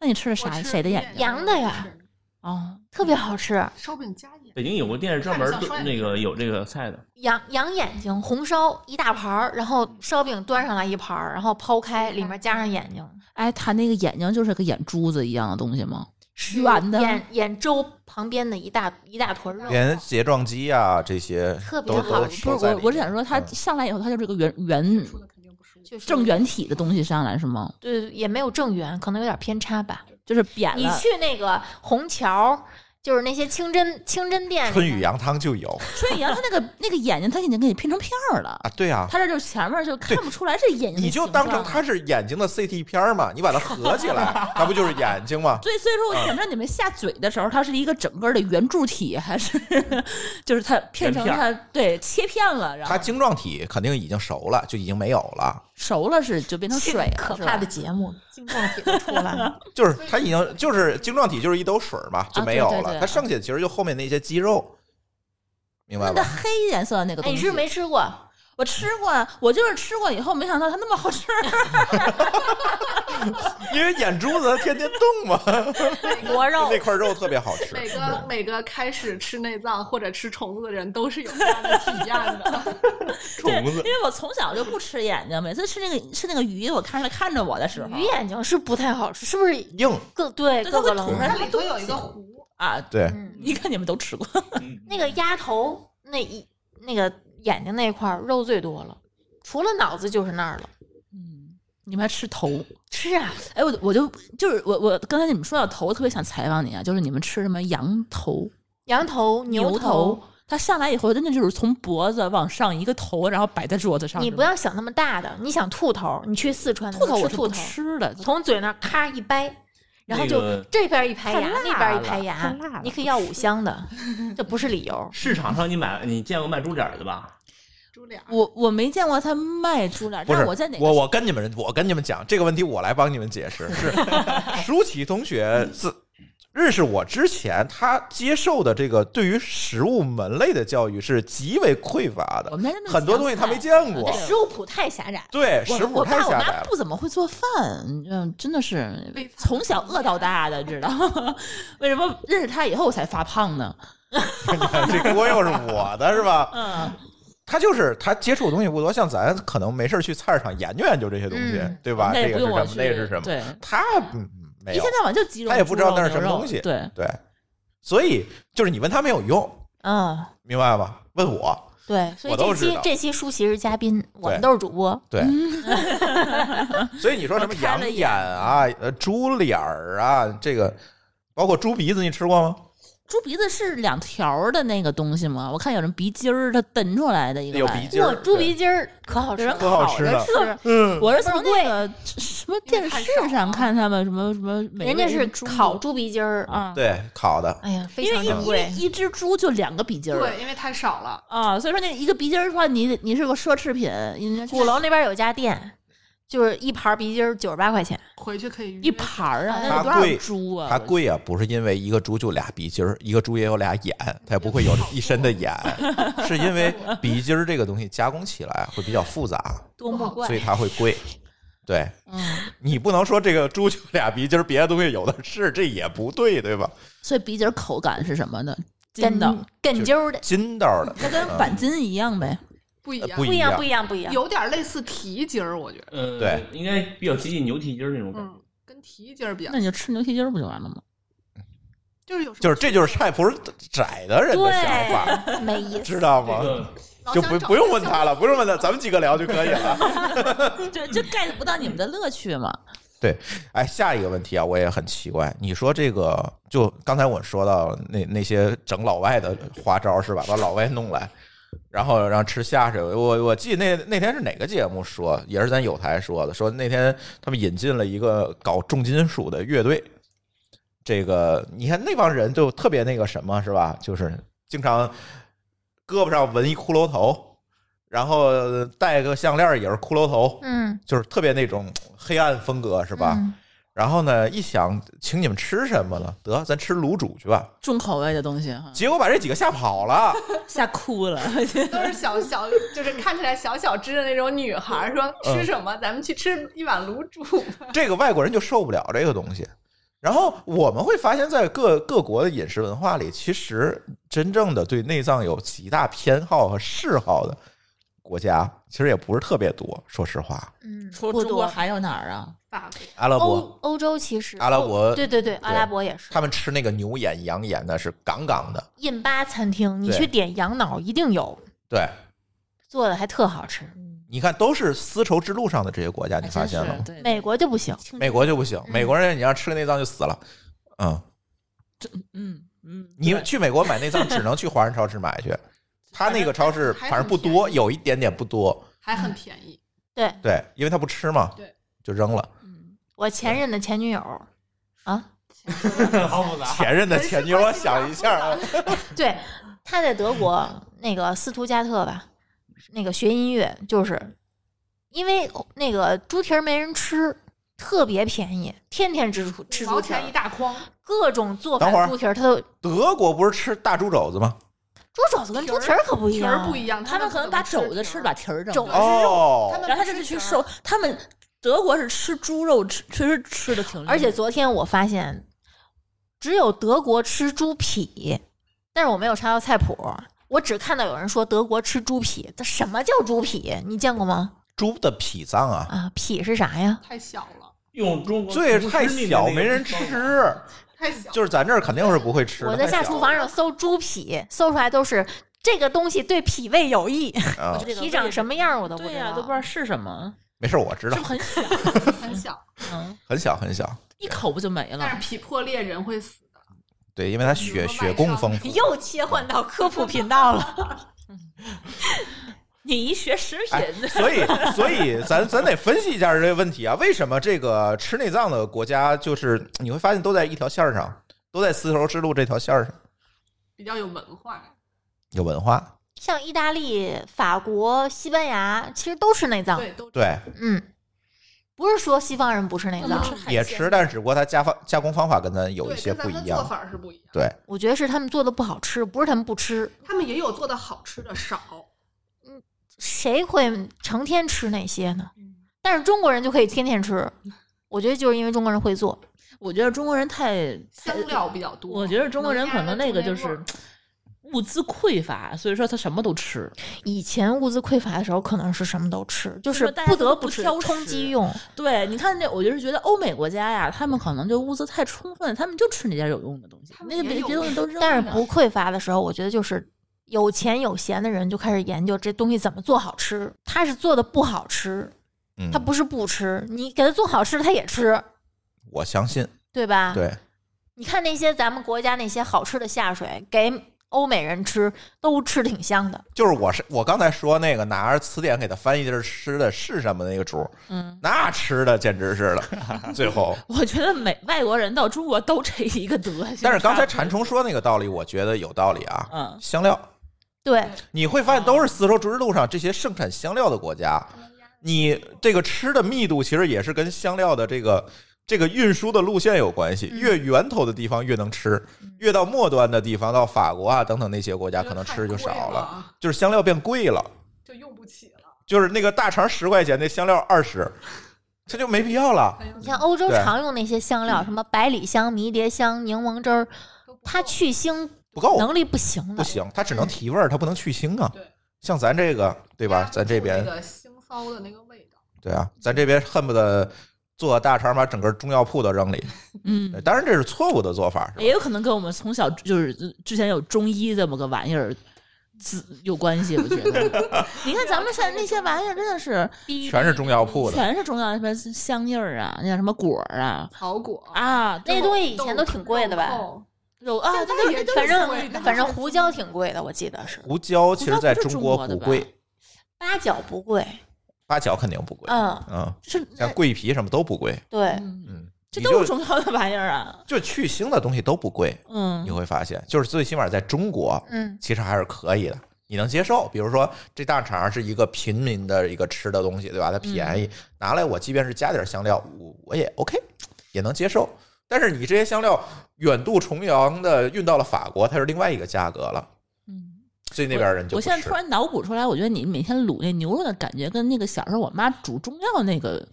C: 那你吃的
D: 我
C: 啥？
D: 吃
C: 谁的眼
D: 面
C: 睛？
E: 羊的呀
D: 吃
C: 哦，
E: 特别好吃。
D: 烧饼加盐，
F: 北京有个店是专门
D: 看着像涮
F: 炖那个有这个菜的，
E: 羊羊眼睛红烧一大盘儿，然后烧饼端上来一盘儿，然后剖开，里面加上眼睛，
C: 哎，它那个眼睛就是个眼珠子一样的东西吗？
E: 是
C: 圆的
E: 眼眼周旁边的一大一大坨肉，
B: 连睫状肌啊这些
E: 特别
B: 都
E: 好
B: 都
E: 吃
C: 不
B: 都
C: 是
B: 在
C: 我
B: 里，
C: 我是想
B: 面
C: 说，它
B: 嗯
C: 上来以后，它就是个圆圆
D: 说的肯定不是我。
E: 就是
C: 正圆体的东西上来是吗？
E: 对，也没有正圆，可能有点偏差吧。
C: 就是扁
E: 你
C: 了。
E: 去那个虹桥，就是那些清真清真店里面，
B: 春雨羊汤就有
C: 春雨阳它那个那个眼睛，它已经给你拼成片儿了，
B: 啊，对啊，
C: 它这就前面就看不出来这眼睛的
B: 你就
C: 形
B: 当成
C: 状
B: 它是眼睛的 CT 片儿嘛，你把它合起 来，它不就是眼睛吗？
C: 所以，所以说我
B: 嗯
C: 想让你们下嘴的时候，它是一个整个的圆柱体，还是就是它片成
F: 圆片
C: 它对切片了，然后
B: 它晶状体肯定已经熟了，就已经没有了，
C: 熟了是就变成水了，
E: 可
C: 是
E: 怕
C: 吧
E: 的节目，
C: 嗯
E: 晶状体都出来了。
B: 就是它已经就是晶状体就是一兜水儿嘛，就没有
C: 啊对对
B: 了，
C: 对
B: 它剩下其实就后面那些肌肉，明白
C: 那个
B: 吧？
C: 黑颜色的那个
E: 哎，
C: 东
E: 你
C: 西，
E: 是不是没吃过？
C: 我吃过，我就是吃过以后，没想到它那么好 吃。
B: 因为眼珠子它天天动 嘛，
C: 哦
E: 螺哎肉
B: 那块肉特别好吃。
D: 每个每个开始吃内脏或者吃虫子的人都是有这样的体验的。
F: 虫子
C: 因为我从小就不吃眼睛，每次吃那个吃那个鱼，我看着看着我的时候，
E: 鱼眼睛是不太好吃，是不是？
B: 硬，
E: 各对
C: 对它
E: 各个
C: 会
E: 冷
C: 吐出来
E: 门
D: 它里头有 一个湖，
C: 啊，
B: 对，
E: 嗯，
C: 一看你们都吃过，
E: 那个鸭头那一那个眼睛那块儿肉最多了，除了脑子就是那儿了。
C: 嗯， 你们还吃头。
E: 吃啊，
C: 哎，我我就就是我我刚才你们说到头，我特别想采访你啊，就是你们吃什么羊头、
E: 羊头、
C: 牛
E: 头，，
C: 它上来以后真的就是从脖子往上一个头，然后摆在桌子上。
E: 你
C: 是吗
E: 不要想那么大的，你想兔头，你去四川的
C: 兔头，我
E: 时候吃
C: 是
E: 兔
C: 不
E: 头，
C: 吃的，
E: 从嘴那儿咔一掰。然后
F: 那
E: 就
F: 个
E: 这边一排
C: 太
E: 牙，
C: 辣
E: 那边一排
C: 了
E: 牙
C: 太辣了，
E: 你可以要五香的， 这不是理由。
F: 市场上你买你见过卖猪脸儿的吧？
D: 猪脸儿。
C: 我我没见过他卖猪脸，
B: 不
C: 但
B: 是
C: 我在哪个
B: 我我跟你们我跟你们讲这个问题，我来帮你们解释。 是舒淇同学自认识我之前，她接受的这个对于食物门类的教育是极为匮乏
C: 我
B: 的，
C: 们家真的
B: 很多
C: 香
B: 东西
C: 菜
B: 她没见过
E: 这。
C: 哎
E: 食物谱太狭窄，
B: 对，
C: 我
B: 食谱
C: 我
B: 太
C: 爸我
B: 狭
C: 妈
B: 窄了。
C: 不怎么会做饭，嗯，真的是
D: 被惨
C: 从小饿到大的，知道吗？ 为什么认识他以后我才发胖呢？
B: 这锅又是我的是吧？
C: 嗯，
B: 他就是他接触的东西不多，像咱可能没事儿去菜市场研究研究这些东西，
E: 嗯
B: 对吧？
C: 那也
B: 这个
C: 不
B: 是
C: 用
B: 什
C: 我
B: 么
C: 去，，
B: 那个是什么？
C: 对，
B: 他嗯没
C: 一
B: 有
C: 天，到晚就鸡肉，
B: 他也不知道
C: 猪肉
B: 那是什么
C: 牛肉
B: 东西
C: 对，
B: 对，所以就是你问他没有用，
E: 嗯，
B: 明白吧？问我，
E: 对，所以
B: 我都
E: 这
B: 知
E: 期
B: 道
E: 这期舒淇是嘉宾，我们
B: 对
E: 都是主播。
B: 对，所以你说什么
E: 我开
B: 羊
E: 了眼
B: 眼啊、呃猪脸儿啊，这个包括猪鼻子，你吃过吗？
C: 猪鼻子是两条儿的那个东西吗？我看有人鼻筋儿它蹬出来的一个
B: 有
C: 玩意
B: 鼻筋
C: 儿
B: 儿
E: 哇，，猪
B: 对
E: 鼻筋儿可好吃了，
B: 可好吃了
E: 烤着吃，
C: 我是从
E: 倍儿
C: 那个什么电视上看他们什么什么美味
E: 人
C: 猪，
E: 家是烤猪鼻筋儿，
C: 啊，
B: 对烤的，
E: 哎呀，非
C: 因为
E: 常
C: 一
E: 珍
C: 因为
E: 贵。
C: 一只猪就两个鼻筋儿
D: 对，因为太少了。
C: 啊，所以说那一个鼻筋儿的话，你你是个奢侈品，你
E: 鼓楼那边有家店，就是一盘鼻筋儿九十八块钱，
D: 回去可以预约
C: 一盘儿啊，那
E: 它
C: 得多少
B: 贵
C: 猪啊？
B: 嗯它贵啊，不是因为一个猪就俩鼻筋儿，一个猪也有俩眼，它也不会有一身的 眼，是因为鼻筋儿这个东西加工起来会比较复杂，
E: 多么
B: 所以
E: 贵！
B: 它会贵。对
C: 嗯，
B: 你不能说这个猪就俩鼻筋儿，别的东西有的是，这也不对，对吧？
C: 所以鼻筋儿口感是什么的？
E: 跟
B: 嗯
C: 筋的，
E: 跟揪儿的，
B: 筋道的，
C: 那跟板筋一样呗。
D: 不一
B: 呃
D: 样
B: 不，
E: 不
B: 一
E: 一
B: 样
E: 样，不一样，不一样。
D: 有点类似蹄筋儿，我觉得，
F: 呃，
B: 对，
F: 应该比较接近牛蹄筋儿那种感觉。
D: 嗯，跟蹄筋儿比较
C: 那，你就吃牛蹄筋儿不就完了吗？
D: 就是有时候
B: 就是这就是晒普窄的人的想法，
E: 对，没意思。
B: 知道
F: 这
B: 吗？
F: 个
D: 老
B: 就
D: 想
B: 不
D: 找
B: 不用
D: 个
B: 问
D: 效
B: 他了，不用问他，咱们几个聊就可以了。
C: 就就 get 不到你们的乐趣嘛。
B: 哎，下一个问题啊，我也很奇怪。你说这个，就刚才我说到那那些整老外的花招是吧？把老外弄来，然后让吃下水。我我记得那那天是哪个节目说，也是咱有台说的，说那天他们引进了一个搞重金属的乐队。这个你看那帮人就特别那个什么是吧？就是经常胳膊上纹一骷髅头，然后戴个项链也是骷髅头，
E: 嗯，
B: 就是特别那种黑暗风格是
E: 是
B: 吧？然后呢，一想请你们吃什么呢？得，咱吃卤煮去吧。
C: 重口味的东西哈，
B: 结果把这几个吓跑 了。
C: 吓哭了。
D: 都是小小，就是看起来小小只的那种女孩儿，说
B: 嗯
D: 吃什么，咱们去吃一碗卤煮吧。
B: 这个外国人就受不了这个东西。然后我们会发现，在各各国的饮食文化里，其实真正的对内脏有极大偏好和嗜好的国家，其实也不是特别多。说实话，
E: 嗯，
C: 除
E: 不
C: 了中国
E: 多。
C: 还有哪儿啊？
D: 法国
B: 阿拉
C: 哦
B: 伯
E: 欧欧洲其实
B: 阿拉伯
E: 欧对对对，阿拉伯也是
B: 他们吃那个牛眼、羊眼呢是杠杠的，
E: 印巴餐厅，你
B: 对
E: 去点羊脑一定有，
B: 对。
E: 做的还特好吃。
B: 你看，都是丝绸之路上的这些国家，啊你
C: 还
B: 发
C: 真是
B: 现了吗？
C: 对，
E: 美国就不行，
B: 美国就不行，
E: 嗯
B: 美国人你让吃个内脏就死了，嗯，
C: 嗯嗯，
B: 你
C: 对
B: 去美国买内脏只能去华人超市买去，他那个超市
D: 还
B: 反正不多，有一点点不多，
D: 还很便宜，
E: 对
B: 对，因为他不吃嘛，
D: 对，
B: 就扔了。
C: 嗯
E: 我前任的前女友啊，
F: 好复杂。
B: 前任的前女友，我想一下啊，
E: 对，她在德国那个斯图加特吧，那个学音乐，就是因为那个猪蹄儿没人吃，特别便宜，天天吃猪吃
D: 五
E: 猪
D: 毛
E: 蹄
D: 钱一
E: 儿，
D: 大筐，
E: 各种做
B: 等会
E: 法
B: 儿
E: 猪蹄儿，他都猪
B: 德国不是吃大猪肘子吗？
E: 肘子跟猪蹄儿可不一
D: 蹄
E: 样
D: 儿
E: 啊，
D: 不一样，
C: 他们可能把肘子吃
D: 吃
C: 了，把蹄儿
E: 肘
C: 整
E: 子
C: 了，
B: 哦
D: 他，们
C: 然后他就是去收。他们德国是吃猪肉，吃确实吃的挺厉害，
E: 而且昨天我发现，只有德国吃猪脾，但是我没有查到菜谱，我只看到有人说德国吃猪脾。这什么叫猪脾？你见过吗？
B: 猪的脾脏啊，
E: 啊，脾是啥呀？
D: 太小了，
F: 用中国
B: 最
F: 厨师
B: 太
F: 那个
B: 小
F: 那个
B: 没人
F: 方
B: 吃
F: 法，
D: 太小了。
B: 就是咱这儿肯定是不会吃的。
E: 我在下
B: 太小
E: 厨房上搜猪脾，搜出来都是这个东西对脾胃有益，
B: 啊，
C: 哦 这个
E: 脾长什么样我都不知道。
C: 对呀，都不知道是什么，
B: 没事，我知道
C: 是不，是很小？
D: 很小，
C: 嗯，
B: 很小很小，
C: 一口不就没
B: 嗯
C: 了
D: 但？是脾破裂人会死的。
B: 对，因为它血血供丰富。
E: 又切换到科普频道了，
C: 你一学食
B: 哎
C: 品，
B: 所以，所以咱咱得分析一下这个问题啊，为什么这个吃内脏的国家，就是你会发现都在一条线儿上，都在丝绸之路这条线儿上，
D: 比较有文化，
B: 有文化。
E: 像意大利、法国、西班牙，其实都吃内
C: 啊
E: 脏。
D: 对，都
B: 对，
E: 嗯，不是说西方人不吃内
C: 那
E: 脏
C: 么，吃海
B: 也
C: 鲜
B: 吃，但是只不过它加方加工方法跟咱有
D: 对，
B: 一些
D: 跟
B: 不
D: 咱们
B: 一
D: 做
B: 样。
D: 法是不一样。
B: 对，
E: 我觉得是他们做的不好吃，不是他们不吃。
D: 他们也有做的好吃的少，
E: 谁会成天吃那些呢？
C: 嗯
E: 但是中国人就可以天天吃，我觉得就是因为中国人会做。
C: 我觉得中国人太
D: 香料比较多。
C: 呃我觉得中国人可能那个就
D: 能压
C: 是
D: 住那味儿，
C: 物资匮乏，所以说他什么都吃。
E: 以前物资匮乏的时候，可能是什么都吃，
C: 就
E: 就
C: 是是大家
E: 不
C: 都
E: 得
C: 不
E: 吃
C: 挑
E: 充
C: 食
E: 饥用。
C: 对，你看这，我就是觉得欧美国家呀，他们可能就物资太充分，他们就吃那点有用的东西，
D: 他们
C: 那个
D: 也
C: 别
D: 有
C: 别的东西都扔了。
E: 但是不匮乏的时候，我觉得就是有钱有闲的人就开始研究这东西怎么做好吃。他是做的不好吃，
B: 嗯，
E: 他不是不吃，你给他做好吃了他也吃，
B: 我相信，
E: 对吧？。
B: 对，
E: 你看那些咱们国家那些好吃的下水给欧美人吃，都吃挺香的。
B: 就是我是我刚才说那个拿着词典给他翻译这吃的是什么那个主，
C: 嗯，
B: 那吃的简直是了，最后。
C: 我觉得美外国人到中国都这一个德行。
B: 但是刚才
C: 差
B: 馋
C: 不
B: 虫，
C: 多
B: 说那个道理，我觉得有道理啊。
C: 嗯，
B: 香料，
E: 对，
B: 你会发现都是丝绸之路上这些盛产香料的国家，你这个吃的密度其实也是跟香料的这个这个运输的路线有关系，
E: 嗯
B: 越源头的地方越能吃，越到末端的地方，到法国啊等等那些国家，可能吃就少了，
D: 了，
B: 就是香料变贵了，
D: 就用不起了。
B: 就是那个大肠十块钱，那香料二十，这就没必要了。
D: 哎呦
E: 你像欧洲
B: 对嗯
E: 常用那些香料，什么百里香、迷迭香、柠檬汁儿，它去腥
B: 不够，
E: 能力不行
B: 不
E: 的。
B: 行，它只能提味儿，它不能去腥啊
D: 对。
B: 像咱这个，对吧？咱这边
D: 那个腥臊的那个味道，
B: 对啊，咱这边恨不得做大肠，把整个中药铺都扔里。
C: 嗯，
B: 当然这是错误的做法，是吧
C: 也有可能跟我们从小就是之前有中医这么个玩意儿。自有关系，我觉得。你看咱们现在那些玩意儿真的是
B: 全是中药铺的。
C: 哎全是中药，什么香叶儿啊，那叫什么果儿啊
D: 草果，
C: 啊，
E: 那
C: 都
E: 东西以前都挺贵的吧？
C: 有啊，
D: 现在
C: 那
D: 也
C: 都
D: 反
E: 反
C: 是
D: 正
E: 正反正胡椒挺贵的，我记得是
B: 胡椒其实在中国
C: 胡椒不是中国的
B: 不
C: 吧
B: 贵，
E: 八角不贵，
B: 八角肯定不
C: 哦
B: 贵。
E: 嗯，
B: 嗯，
C: 是
B: 像桂皮什么都不贵。
E: 对，
B: 嗯，
C: 这
B: 你
C: 都
B: 就是
C: 中药的玩意儿啊，
B: 就去腥的东西都不贵，
C: 嗯
B: 你，会发现，就是最起码在中国，
E: 嗯，
B: 其实还是可以的，你能接受。比如说，这大肠是一个平民的一个吃的东西，对吧？它便
C: 嗯
B: 宜，拿来我即便是加点香料，我我也 OK，也能接受。但是你这些香料远渡重洋的运到了法国，它是另外一个价格了，
C: 嗯，
B: 所以那边人就不
C: 我现在
B: 吃
C: 突。然脑补出来，我觉得你每天卤那牛肉的感觉，跟那个小时候我妈煮中药那个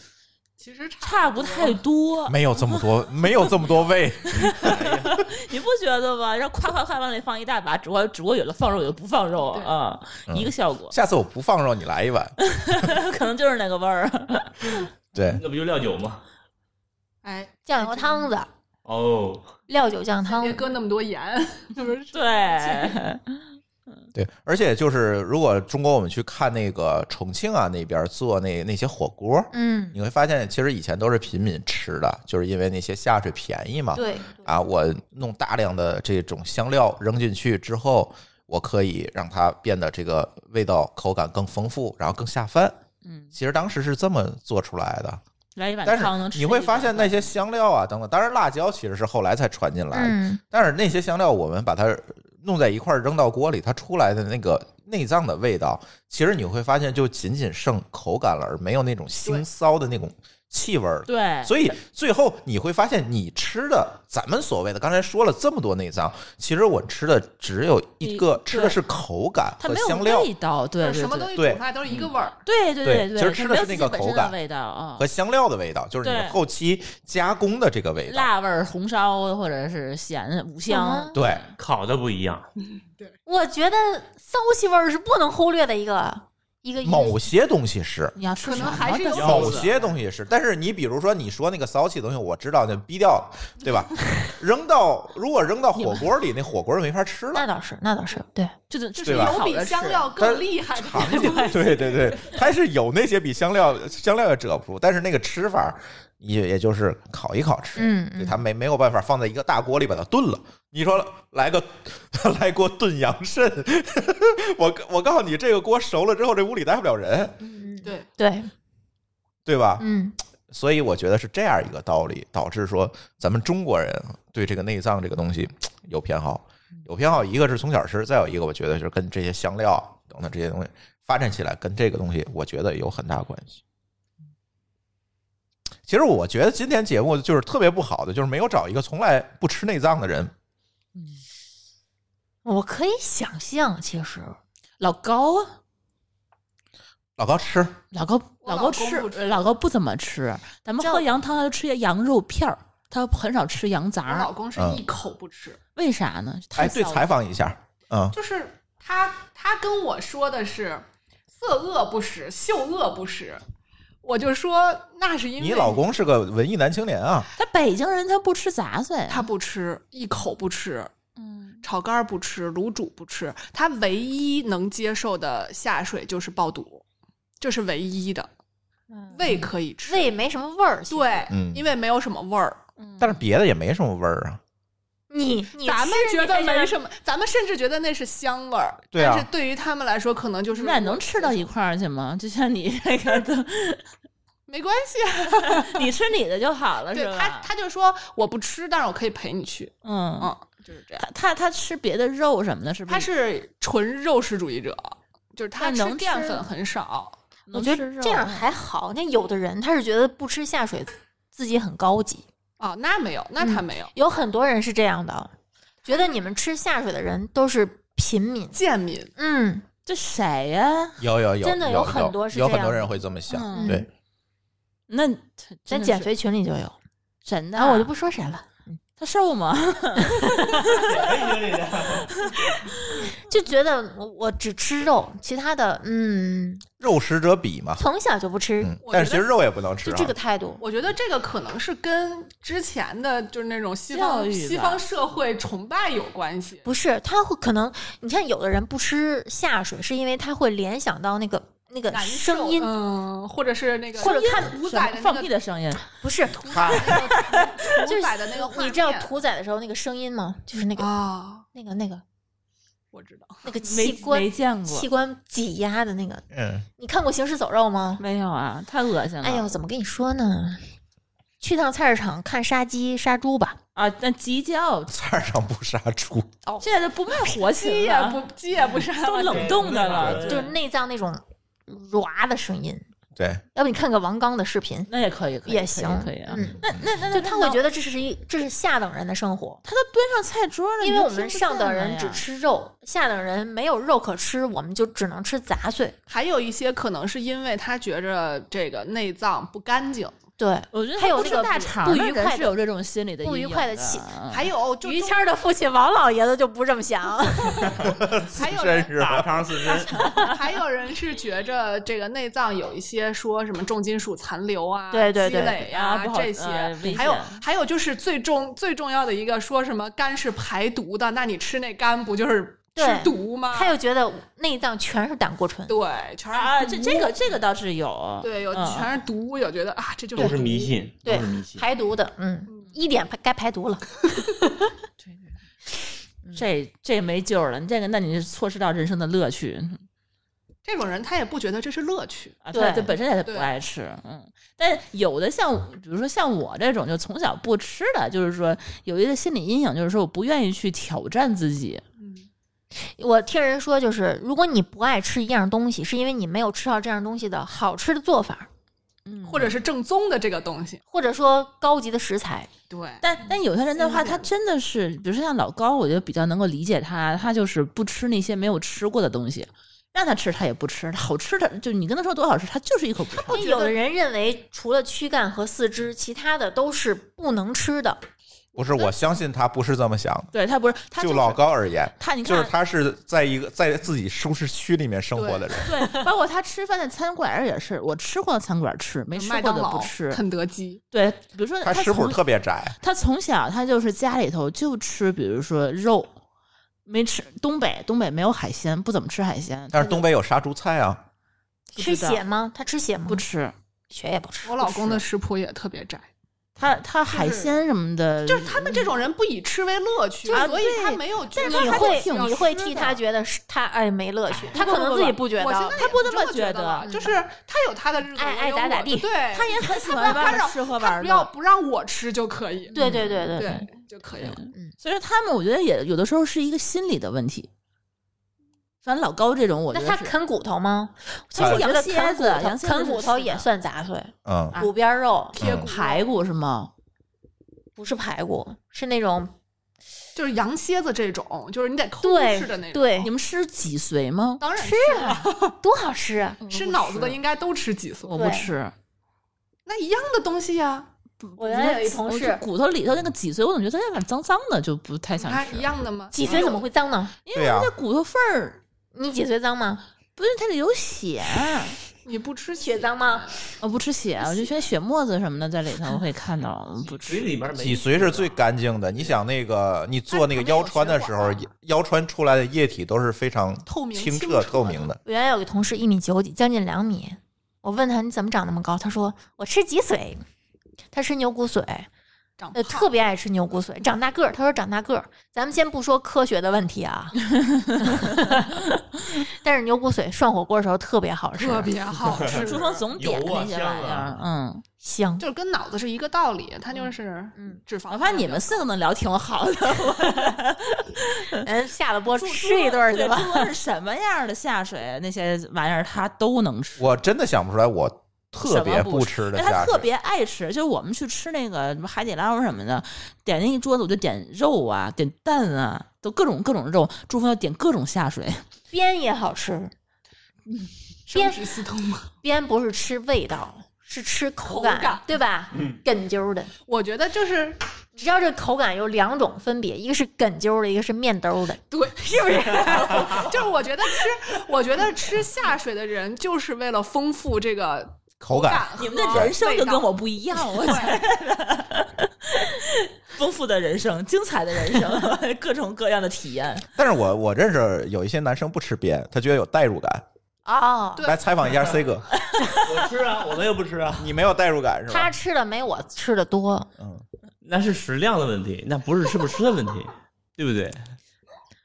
D: 其实
C: 差不太
D: 嗯
C: 多，
B: 没有这么多，没有这么多味，
C: 你不觉得吗？然后夸夸夸往里放一大把，只不过只不过有的放肉，有的不放肉
D: 对
C: 啊，
B: 嗯
C: 一个效果，
B: 下次我不放肉，你来一 碗。
C: 可能就是那个味儿。啊
B: 对，
F: 那不就料酒吗？
D: 哎，
E: 酱油汤子、
F: 哦，
E: 料酒酱汤
D: 别
E: 子，
D: 搁那么多盐， 就是
C: 对，
B: 对，而且就是如果中国我们去看那个重庆啊那边做那那些火锅，
E: 嗯，
B: 你会发现其实以前都是平民吃的，就是因为那些下水便宜嘛。
E: 对，
B: 啊，我弄大量的这种香料扔进去之后，我可以让它变得这个味道口感更丰富，然后更下饭。
C: 嗯，
B: 其实当时是这么做出来的，
C: 来一碗
B: 但
C: 汤能
B: 是
C: 吃。
B: 你会发现那些，香料啊等等，当然辣椒其实是后来才传进来的，
E: 嗯，
B: 但是那些香料我们把它弄在一块儿扔到锅里，它出来的那个内脏的味道，其实你会发现就仅仅剩口感了，而没有那种腥臊的那种气味儿。
C: 对，
B: 所以最后你会发现，你吃的咱们所谓的刚才说了这么多内脏，其实我吃的只有一个，
C: 一
B: 吃的是口感
C: 它
B: 和
C: 没有
B: 香料
C: 味道，对
D: 什
C: 对
D: 么
C: 对
D: 东。西煮
B: 对
D: 出来都是一个味儿。
C: 对对
B: 对
C: 对，
B: 其实
C: 它
B: 吃的
C: 没有
B: 是
C: 自
B: 那
C: 己
B: 个
C: 本
B: 口
C: 身的
B: 感
C: 味道啊
B: 和，香料的味道，就是你
C: 对
B: 后期加工的这个味道。
C: 辣味儿、红烧啊或者是咸五香，啊
E: 有吗
B: 对，
F: 烤的不一样，
E: 我觉得骚气味儿是不能忽略的一个一个因素
B: 某些东西是，
C: 你要吃
D: 可能
C: 什么
D: 还是
C: 的
D: 有
B: 某
D: 包
C: 臊子
B: 些东西是，但是你比如说你说那个骚气的东西，我知道就逼掉了，对 吧？扔到如果扔到火锅里，那火锅就没法吃
E: 那
B: 了。
E: 倒是，那倒是，对，
C: 就是就是
B: 对吧
C: 烤
D: 有比
C: 着
D: 香
C: 吃
D: 料更厉害的
B: 尝一点，对对对，它是有那些比香料香料也遮不住，但是那个吃法也也就是烤一烤吃，
E: 嗯
B: 对，
E: 嗯
B: 它没没有办法放在一个大锅里把它炖了。你说来个 来锅炖羊肾， 我我告诉你，这个锅熟了之后，这屋里待不了人，
E: 嗯，
D: 对，
E: 对，
B: 对吧？
E: 嗯，
B: 所以我觉得是这样一个道理，导致说咱们中国人对这个内脏这个东西有偏好，
E: 嗯
B: 有偏好，一个是从小吃，再有一个我觉得就是跟这些香料等等这些东西发展起来，跟这个东西我觉得有很大关系。其实我觉得今天节目就是特别不好的，就是没有找一个从来不吃内脏的人。
E: 我可以想象，其实
C: 老高啊，
B: 老高吃，
C: 老高
D: 我老
C: 高
D: 公
C: 吃
D: 不吃
C: 老高不怎么吃，咱们
E: 这
C: 喝羊汤他就吃些羊肉片儿，他很少吃羊杂
D: 我老
C: 儿，
D: 公是一口不吃，
C: 为啥呢？太
B: 哎，对，
C: 臊
B: 采
C: 了
B: 访一下，啊
D: 就是他他跟我说的是色恶不实，嗅恶不实，我就说那是因为
B: 你老公是个文艺男青年啊，
E: 嗯
C: 他北京人，他不吃杂碎，
D: 他不吃，一口不吃，
C: 嗯，
D: 炒肝儿不吃，卤煮不吃，他唯一能接受的下水就是爆肚，这是唯一的，
E: 嗯
D: 胃可以吃，
E: 胃没什么味儿。其实，
D: 对，
B: 嗯
D: 因为没有什么味儿。
E: 嗯
B: 但是别的也没什么味儿啊。
E: 你你
D: 咱们觉得没
E: 么，
D: 什么，咱们甚至觉得那是香味儿，
B: 对啊
D: 但是对于他们来说，可能就是
C: 你们俩能吃到一块儿去吗？就像你这 个的，
D: 没关系啊。
C: 你吃你的就好了，
D: 对
C: 是
D: 他，
C: 吧？
D: 他就说我不吃，但是我可以陪你去，
C: 嗯，
D: 嗯，就是这样。嗯
C: 他他他吃别的肉什么的，是不是？
D: 他是纯肉食主义者，就是他
C: 那能
D: 吃淀
C: 吃
D: 粉很少。
C: 能
E: 我觉
C: 吃
E: 得
C: 肉啊
E: 这样还好。那有的人他是觉得不吃下水自己很高级，
D: 哦，那没有，那他没有，
E: 有很多人是这样的，觉得你们吃下水的人都是贫民。
D: 贱民。
E: 嗯，
C: 这谁呀？
B: 有有有，
E: 真的
B: 有
E: 有很多是
B: 有
E: 这
B: 很多
E: 样
B: 人
E: 的
B: 会这么想，
C: 嗯
B: 对，
C: 那
E: 在
C: 真
E: 减肥群里就有，
C: 神的
E: 然
C: 啊，
E: 后我就不说谁了，
C: 他瘦吗？
E: 就觉得我我只吃肉，其他的嗯，
B: 肉食者鄙嘛，
E: 从小就不吃，
B: 嗯，
D: 我
B: 但是
D: 觉
B: 其
D: 得
B: 实肉也不能吃
E: 就
B: 啊
E: 这个态度。
D: 我觉得这个可能是跟之前的就是那种西
C: 教
D: 方
C: 育吧
D: 西方社会崇拜有关系。
E: 不是，他会可能，你看有的人不吃下水，是因为他会联想到那个那个
D: 难受
E: 声音，
D: 嗯，或者是那个
E: 或者看
D: 屠宰的那个
C: 放屁的声音，
E: 不是，
D: 屠
E: 就是
D: 宰的那个画面，
E: 你知道屠宰的时候那个声音吗？就是那个、
D: 啊，
E: 那个那个
D: 我知道，
E: 那个器
C: 没
E: 官
C: 没见过
E: 器，官挤压的那个，
B: 嗯，
E: 你看过《行尸走肉》吗？
C: 没有啊，太恶心了。
E: 哎呦，怎么跟你说呢？去趟菜市场看杀鸡、杀猪吧。
C: 啊，那鸡叫
B: 菜市场不杀猪，
C: 现在都不 卖活
D: 鸡
E: 哎
C: 禽
D: 也
C: 了，
D: 不鸡也 不杀了，
C: 都冷冻的了，
F: 对
E: 就是内脏那种软的声音。
B: 对，
E: 要不你看看王刚的视频
C: 那也可以，可以
E: 也行
C: 可以可以啊。
E: 嗯，
C: 那那那
E: 就他会觉
C: 得
E: 得这是一这是下等人的生活，
C: 他都端上菜桌了，
E: 因为
C: 你
E: 我
C: 都
E: 们
C: 听不
E: 上
C: 见
E: 等
C: 了
E: 人只
C: 呀
E: 吃肉，下等人没有肉可吃，我们就只能吃杂碎。
D: 还有一些可能是因为他觉着这个内脏不干净，
E: 对，
C: 我觉得
E: 还有
C: 不吃
E: 那个
C: 大
E: 不
C: 肠
E: 不
C: 的
E: 愉
C: 人
E: 快
C: 是
E: 的
C: 有这种心理的
E: 不
C: 阴
E: 愉
C: 影
E: 快的
C: 的
E: 气
C: 嗯
D: 还有就
E: 于
D: 中
E: 谦儿的父亲王老爷子就不这 么想，
C: 啊
D: 还有
B: 真
D: 人
B: 是
F: 大肠刺身，
D: 还有人是觉着这个内脏有一些说什么重金属残留啊、
E: 对对
D: 积
E: 对
D: 累
C: 啊
D: 啊
C: 不好
D: 这些
C: 呃危，
D: 还有
C: 险
D: 还有就是最重最重要的一个说什么肝是排毒的，那你吃那肝不就是吃
E: 对
D: 毒吗？
E: 他又觉得内脏全是胆固醇。
D: 对，全是
C: 啊，
D: 毒
E: 嗯
C: 这这个这个倒是有，
D: 对有
C: 嗯
D: 全是毒，有觉得啊这就
F: 都
D: 是
F: 是迷信，都
E: 对
F: 是迷信。
E: 排毒的，嗯，一点排该排毒了。
C: 嗯这这没救了，你这个那你就错失到人生的乐趣
D: 这种人他也不觉得这是乐趣，
C: 啊！
E: 对
C: 他就本身也不
D: 对
C: 爱吃，嗯。但有的像，比如说像我这种就从小不吃的，就是说有一个心理阴影，就是说我不愿意去挑战自己。
D: 嗯，
E: 我听人说，就是如果你不爱吃一样东西，是因为你没有吃到这样东西的好吃的做法，
C: 嗯
D: 或者是正宗的这个东西，
E: 或者说高级的食材。
D: 对，
C: 但但有些人的话，
D: 经典
C: 他真的是，比如说像老高，我觉得比较能够理解他，他就是不吃那些没有吃过的东西，让他吃他也不吃，好吃的就你跟他说多好吃，他就是一口不
E: 因
C: 吃。
E: 为有的人认为，除了躯干和四肢，其他的都是不能吃的。
B: 不是，我相信他不是这么想的。
C: 对他不是，他
B: 就是老高而言，
C: 他你
B: 就
C: 看
B: 是他是在一个在自己舒适区里面生活的人，
C: 对，包括他吃饭的餐馆儿也是，我吃过的餐馆儿吃，没吃
D: 麦
C: 过
D: 当
C: 的
D: 劳
C: 不吃。
D: 肯德基，
C: 对，比如说
B: 他食谱
C: 从嗯
B: 特别窄，
C: 他从小他就是家里头就吃，比如说肉，没吃东北东北没有海鲜，不怎么吃海鲜，
B: 但是东北有杀猪菜啊，
C: 不
E: 吃
C: 知道
E: 血吗？他吃血吗？
C: 不，吃。
E: 血也不吃。
D: 我老公的食谱也特别窄。
C: 他他海鲜什么的，
D: 就是他们这种人不以吃为乐趣，
C: 啊
D: 所以
C: 对
D: 他没有觉得
E: 你
D: 他
E: 会
D: 挺
E: 你
D: 要
E: 会
D: 吃
E: 替
D: 的
E: 他觉得是他哎没乐趣，他
D: 不
E: 可能
D: 不
E: 自己
D: 不
E: 不觉
D: 我现
E: 得
D: 在。
C: 他不
D: 也
C: 这
D: 这
C: 么
D: 觉
C: 觉
D: 得
C: 得
D: 了，就是他有他的日子，
E: 爱
D: 我
E: 爱
D: 有
E: 咋
D: 我
E: 咋
D: 的
E: 地
D: 对，
C: 他也很喜
D: 不
C: 欢
D: 让
C: 外
D: 他
C: 面
D: 让
C: 吃喝
D: 他
C: 玩
D: 不
C: 乐，
D: 要不让我吃就可以，
E: 对对对对
D: 嗯对就可以了。
C: 所以说他们我觉得也有的时候是一个心理的问题。反正老高这种，我觉
E: 那
C: 得
E: 他
C: 是
E: 啃骨头吗？其实
B: 啃
E: 我觉得
C: 羊蝎
E: 啃
C: 子
E: 骨
C: 羊蝎子
E: 头，啃
C: 是
E: 骨
C: 吃
E: 头
C: 的
E: 也算杂碎，
B: 嗯，
D: 啊
E: 骨边儿肉
C: 嗯
D: 贴骨
C: 排骨是吗？
E: 不是排骨，是那种
D: 就是羊蝎子这种，就是你得抠
E: 对
D: 似的那种，哦
E: 对
C: 你，们是脊髓吗？
D: 当然
E: 吃啊，多好
D: 嗯
E: 吃啊！
D: 吃脑子的应该都吃激素，
C: 我不
E: 对
C: 吃，
D: 那一样的东西呀。
E: 我原来有一同
C: 我就
E: 事
C: 骨头里头那个脊髓，我总觉得它有点脏脏的，就不太
D: 你
C: 想
D: 看
C: 吃
D: 一。样的吗？
E: 脊髓怎么会脏呢？
C: 因
B: 对
C: 为
B: 呀
C: 它那骨头缝儿，
E: 你脊髓脏吗？
C: 不是它里有血，
D: 你不吃
E: 血脏吗？
C: 我哦不吃血，我就觉得血沫子什么的在里头会看到， 不
F: 嘴
C: 吃。
F: 里边没
B: 脊髓是最干净的。你想那个，你做那个腰穿的时候，腰穿出来的液体都是非常
D: 透明
B: 清
D: 清
B: 澈
D: 澈
B: 透明的。
E: 我原来有个同事一米九几，将近两米。我问他你怎么长那么高？他说我吃脊髓，他吃牛骨髓，
D: 长
E: 呃，
D: 胖
E: 特别爱吃牛骨髓，长大个儿。他说长大个儿，咱们先不说科学的问 题啊，但是牛骨髓涮火锅的时候特别好吃，
D: 特别好吃，
C: 朱峰总点
F: 油啊
C: 那些
F: 香
C: 玩意儿
F: 啊，
C: 嗯，
E: 香。
D: 就是跟脑子是一个道理，它就是
E: 嗯
D: 脂肪。
C: 我发现你们四个能聊挺好 的。
E: 人嗯下了 播
C: 猪
E: 吃一顿儿去
C: 对
E: 吧。
C: 猪是什么样的下水，那些玩意儿他都能吃。
B: 我真的想不出来，我特别不吃的
C: 哎，他
B: 虾
C: 特
B: 水。
C: 别爱吃，就是我们去吃那个什么海底捞什么的，点那一桌子我就点肉啊，点蛋啊，都各种各种肉。朱峰要点各种下水，
E: 边也好吃，
D: 生殖系统吗？
E: 边不是吃味道，是吃口感，
D: 口感
E: 对吧？
F: 嗯
E: 梗啾儿的，
D: 我觉得 就是
E: 只要这口感有两种分别，一个是梗啾儿的，一个是面兜儿的。
D: 对，是不是？ 就是我觉得吃，我觉得吃下水的人就是为了丰富这个
B: 口感，
D: 和
C: 你们的人生就
D: 味道
C: 跟我不一样，我觉得。 丰富的人生，精彩的人 生，各种各样的体验。
B: 但是我我认识有一些男生不吃鞭，他觉得有代入感。
E: 哦，
D: 对
B: 来采访一下 C 哥，
F: 我吃啊，我们又不吃啊，
B: 你没有代入感是
E: 他
B: 吧？
E: 吃的没我吃的 多，
B: 嗯，
F: 那是食量的问题，那不是吃不吃的问题，对不对？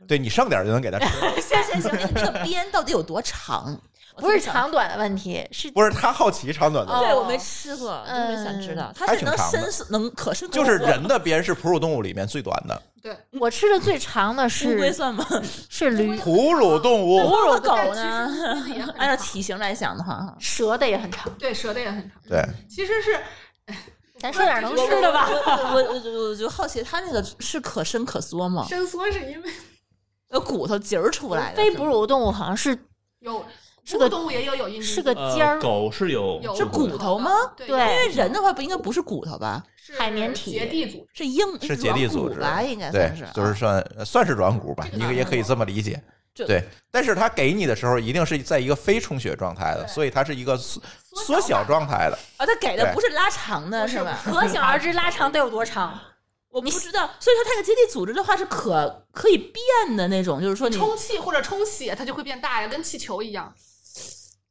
B: 对你剩点就能给他吃，
C: 行行 行，那个边到底有多 长？
E: 不是，长短的问题，是
B: 不是他好奇长短的，
E: 哦
C: 对我没吃过，特别想知道，嗯它
B: 还
C: 是
B: 挺
C: 能
B: 长的
C: 伸缩，能可伸可
B: 就是
C: 缩
B: 人的鞭是哺乳动物里面最短的，
D: 对，
E: 我吃的最长的
C: 乌龟
E: 是
C: 算吗？
E: 是驴，
B: 哺乳动 物。
C: 哺乳狗
D: 但其
C: 呢？哎
D: 实其实 也很
C: 按照
D: 长
C: 体型来想的话， 哈。
E: 蛇的也很长。
D: 对蛇的也很长，
B: 对，
D: 其实是
E: 咱说点能
D: 我
E: 吃的吧。
C: 我我 我我就好奇，它那个是可伸可缩
E: 哦
C: 吗？
D: 伸缩是因为
C: 有骨头节儿出来的，
E: 非哺乳动物好像是
D: 有
E: 是个
D: 哺乳动物也有有阴茎
E: 是个
D: 的
F: 呃
E: 尖儿
F: 狗是有
D: 有
C: 是
F: 骨
C: 骨
F: 的
C: 头吗
D: 对
E: 对
C: 因为人的话不应该不是骨头吧？
D: 是
E: 海绵体
D: 结缔组织。
C: 是硬
B: 是结缔组织
C: 软骨吧？应该
B: 对
C: 算是，啊哦
B: 就是算算是软骨吧，
D: 这个
B: 你
D: 软骨
B: 也可以这么理解。
C: 这
B: 对，但是它给你的时候一定是在一个非充血状态的，所以它是一个缩缩小状态的。
C: 啊，它给的不是拉长的是吧？
E: 可想而知拉长得有多长。
C: 我不知道，所以说它这个结缔组织的话是可可以变的那种，就是说你，
D: 充气或者充血，它就会变大呀，跟气球一样。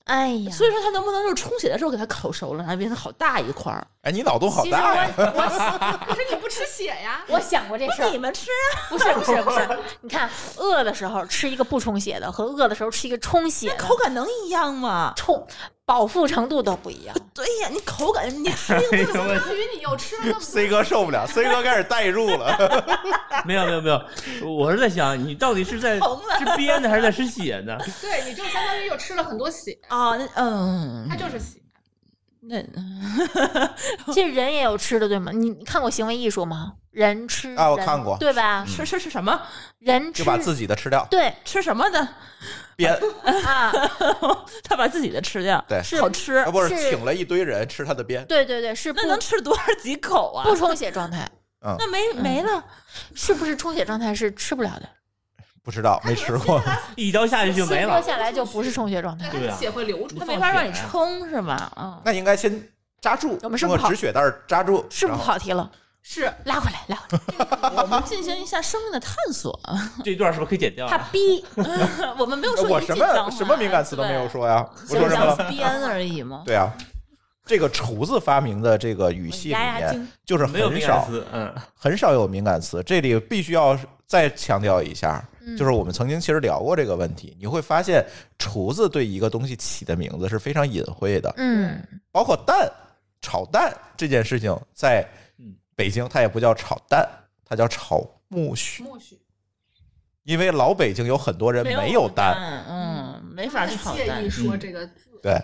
E: 哎呀，
C: 所以说它能不能就是充血的时候给它烤熟了，然后变成好大一块儿？
B: 哎，你脑洞好
E: 其实
B: 大呀！
E: 我我，
D: 可是你不吃血 呀
E: 我想过这事
C: 你
E: 儿，
C: 们吃啊？
E: 不是不是不是，你看饿的时候吃一个不充血的，和饿的时候吃一个充血的，
C: 口感能一样吗？
E: 充饱腹程度都不一样。
C: 对呀，你口感你 吃一个
F: 哎呦
D: 就相当于你又吃了那么多。
B: C 哥受不了，C 哥开始代入了。
F: 没有没有没有，我是在想你到底是 在
C: 疼了
F: 吃鞭的还是在吃血呢？
D: 对，你就相当于又吃了很多血，
C: 啊，那嗯
D: 它，就是血。
C: 那
E: 这人也有吃的，对吗？你你看过行为艺术吗？人吃
B: 啊我
E: 人
B: 看过嗯
E: 对吧？
C: 吃吃吃什么？
E: 人吃
B: 就把自己的吃掉，
E: 对
C: 吃什么的？
B: 编
E: 啊，
C: 他把自己的吃掉，
B: 对
C: 好吃
B: 啊，。不是
E: 是
B: 请了一堆人吃他的鞭，
E: 对对对，是不
C: 那能吃多少几口啊？
E: 不充血状态，
C: 那没
B: 嗯
C: 没了，
E: 是不是充血状态是吃不了的？
B: 不知道没吃 过。
F: 一刀下去就没
E: 切 割
F: 了。
E: 下来就不是充血状态。
D: 对，
F: 对
D: 它
F: 啊
D: 血会流出
C: 那
D: 来。
C: 没法让你
B: 啊
C: 冲是吧？嗯，
B: 那应该先扎住，
E: 我
B: 用
E: 们是
B: 个
E: 不好
B: 止血袋儿扎住，哎
E: 是不
B: 然
E: 是
B: 后
E: 跑题了？
D: 是
E: 拉回来，拉回来。
C: 我们进行一下生命的探索。
F: 这段是不是可以剪掉啊？
E: 他逼，
C: 我们没有说
B: 我
C: 你
B: 什
C: 紧
B: 么
C: 张嘛
B: 什么敏感词都没有，说呀，我
C: 对
B: 说什么了？
C: 想编而已嘛。
B: 对啊，这个厨子发明的这个语系里
E: 压压
B: 面
E: 惊，
B: 就是
F: 没有
B: 很
F: 敏感
B: 少
F: 词，嗯，
B: 很少有敏感词。这里必须要再强调一下，
E: 嗯
B: 就是我们曾经其实聊过这个问题。你会发现，厨子对一个东西起的名字是非常隐晦的，
E: 嗯，
B: 包括蛋炒蛋这件事情，在北京它也不叫炒蛋，它叫炒苜蓿，
D: 苜蓿，
B: 因为老北京有很多人没有蛋，
C: 蛋，嗯，没法炒
D: 介意
C: 蛋。
D: 说这个字。
B: 对。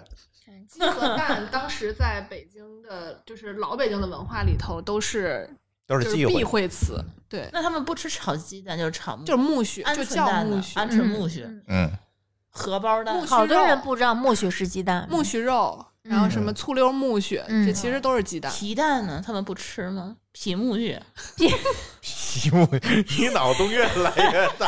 D: 鸡和蛋当时在北京的，就是老北京的文化里头都是
B: 都
D: 就是是
B: 忌
D: 避
B: 讳，嗯
D: 讳词，对，
C: 那他们不吃炒鸡蛋，就是炒木
D: 就是苜蓿，
C: 鹌
D: 就
C: 鹑
D: 叫
C: 蛋
D: 苜
C: 呢，鹌
D: 蓿，
C: 鹑苜蓿、
B: 嗯，
C: 荷包蛋
D: 苜、蓿
E: 嗯好多人不知道苜蓿是鸡蛋，
D: 苜蓿肉，然
B: 嗯
D: 后什么醋溜木须，
E: 嗯
D: 这其实都是鸡蛋。
C: 皮蛋呢？他们不吃吗？皮木屑，
B: 题目，你脑洞越来越大。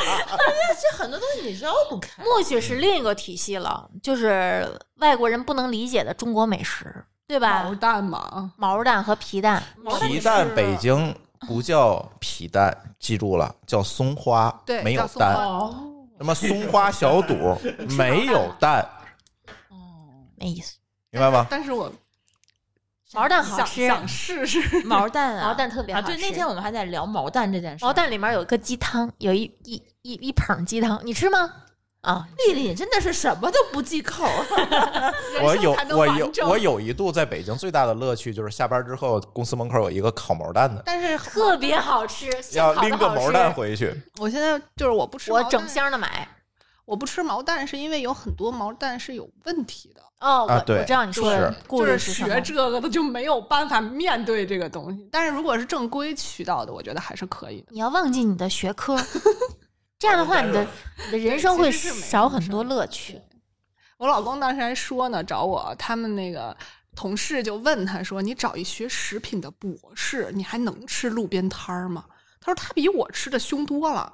C: 这很多东西你绕不开。
E: 默许是另一个体系了，就是外国人不能理解的中国美食，对吧
D: 毛？蛋嘛，
E: 毛蛋和皮蛋，
C: 毛
B: 皮蛋北京不叫皮蛋，记住了，叫松花，
D: 对
B: 没有
D: 叫松花
B: 蛋。
C: 哦
B: 什么松花小肚 没有蛋，
C: 哦，
E: 没意思。
B: 明白吗？
D: 但是我
E: 毛蛋好
D: 想
E: 吃，
D: 想试试。
C: 毛蛋啊，
E: 毛蛋特别
C: 啊！
E: 好吃。
C: 对，那天我们还在聊毛蛋这件事。
E: 毛蛋里面有一个鸡汤，有一一一一捧鸡汤，你吃吗？啊，
C: 丽丽真的是什么都不忌口，
B: 我有
D: 人生才能
B: 我
D: 完
B: 有
D: 整
B: 我有一度在北京最大的乐趣就是下班之后，公司门口有一个烤毛蛋的，
D: 但是
E: 特别好吃，现
B: 要
E: 烤的
B: 拎个
E: 好
B: 毛
E: 吃
B: 蛋回去。
D: 我现在就是我不吃毛
E: 我
D: 蛋，
E: 整箱的买。
D: 我不吃毛蛋是因为有很多毛蛋是有问题的，
E: 哦，我、
B: 啊对
E: 我知道你说的故
D: 就
E: 事
D: 是
E: 是
D: 学
E: 什么
D: 这个的就没有办法面对这个东西。但是如果是正规渠道的，我觉得还是可以的。
E: 你要忘记你的学 科，这样的话，你的你的人生
D: 对
E: 会
D: 其实是没
E: 少很多乐趣。
D: 我老公当时还说呢，找我他们那个同事就问他说：“你找一学食品的博士，你还能吃路边摊儿吗？”他说：“他比我吃的凶多了。”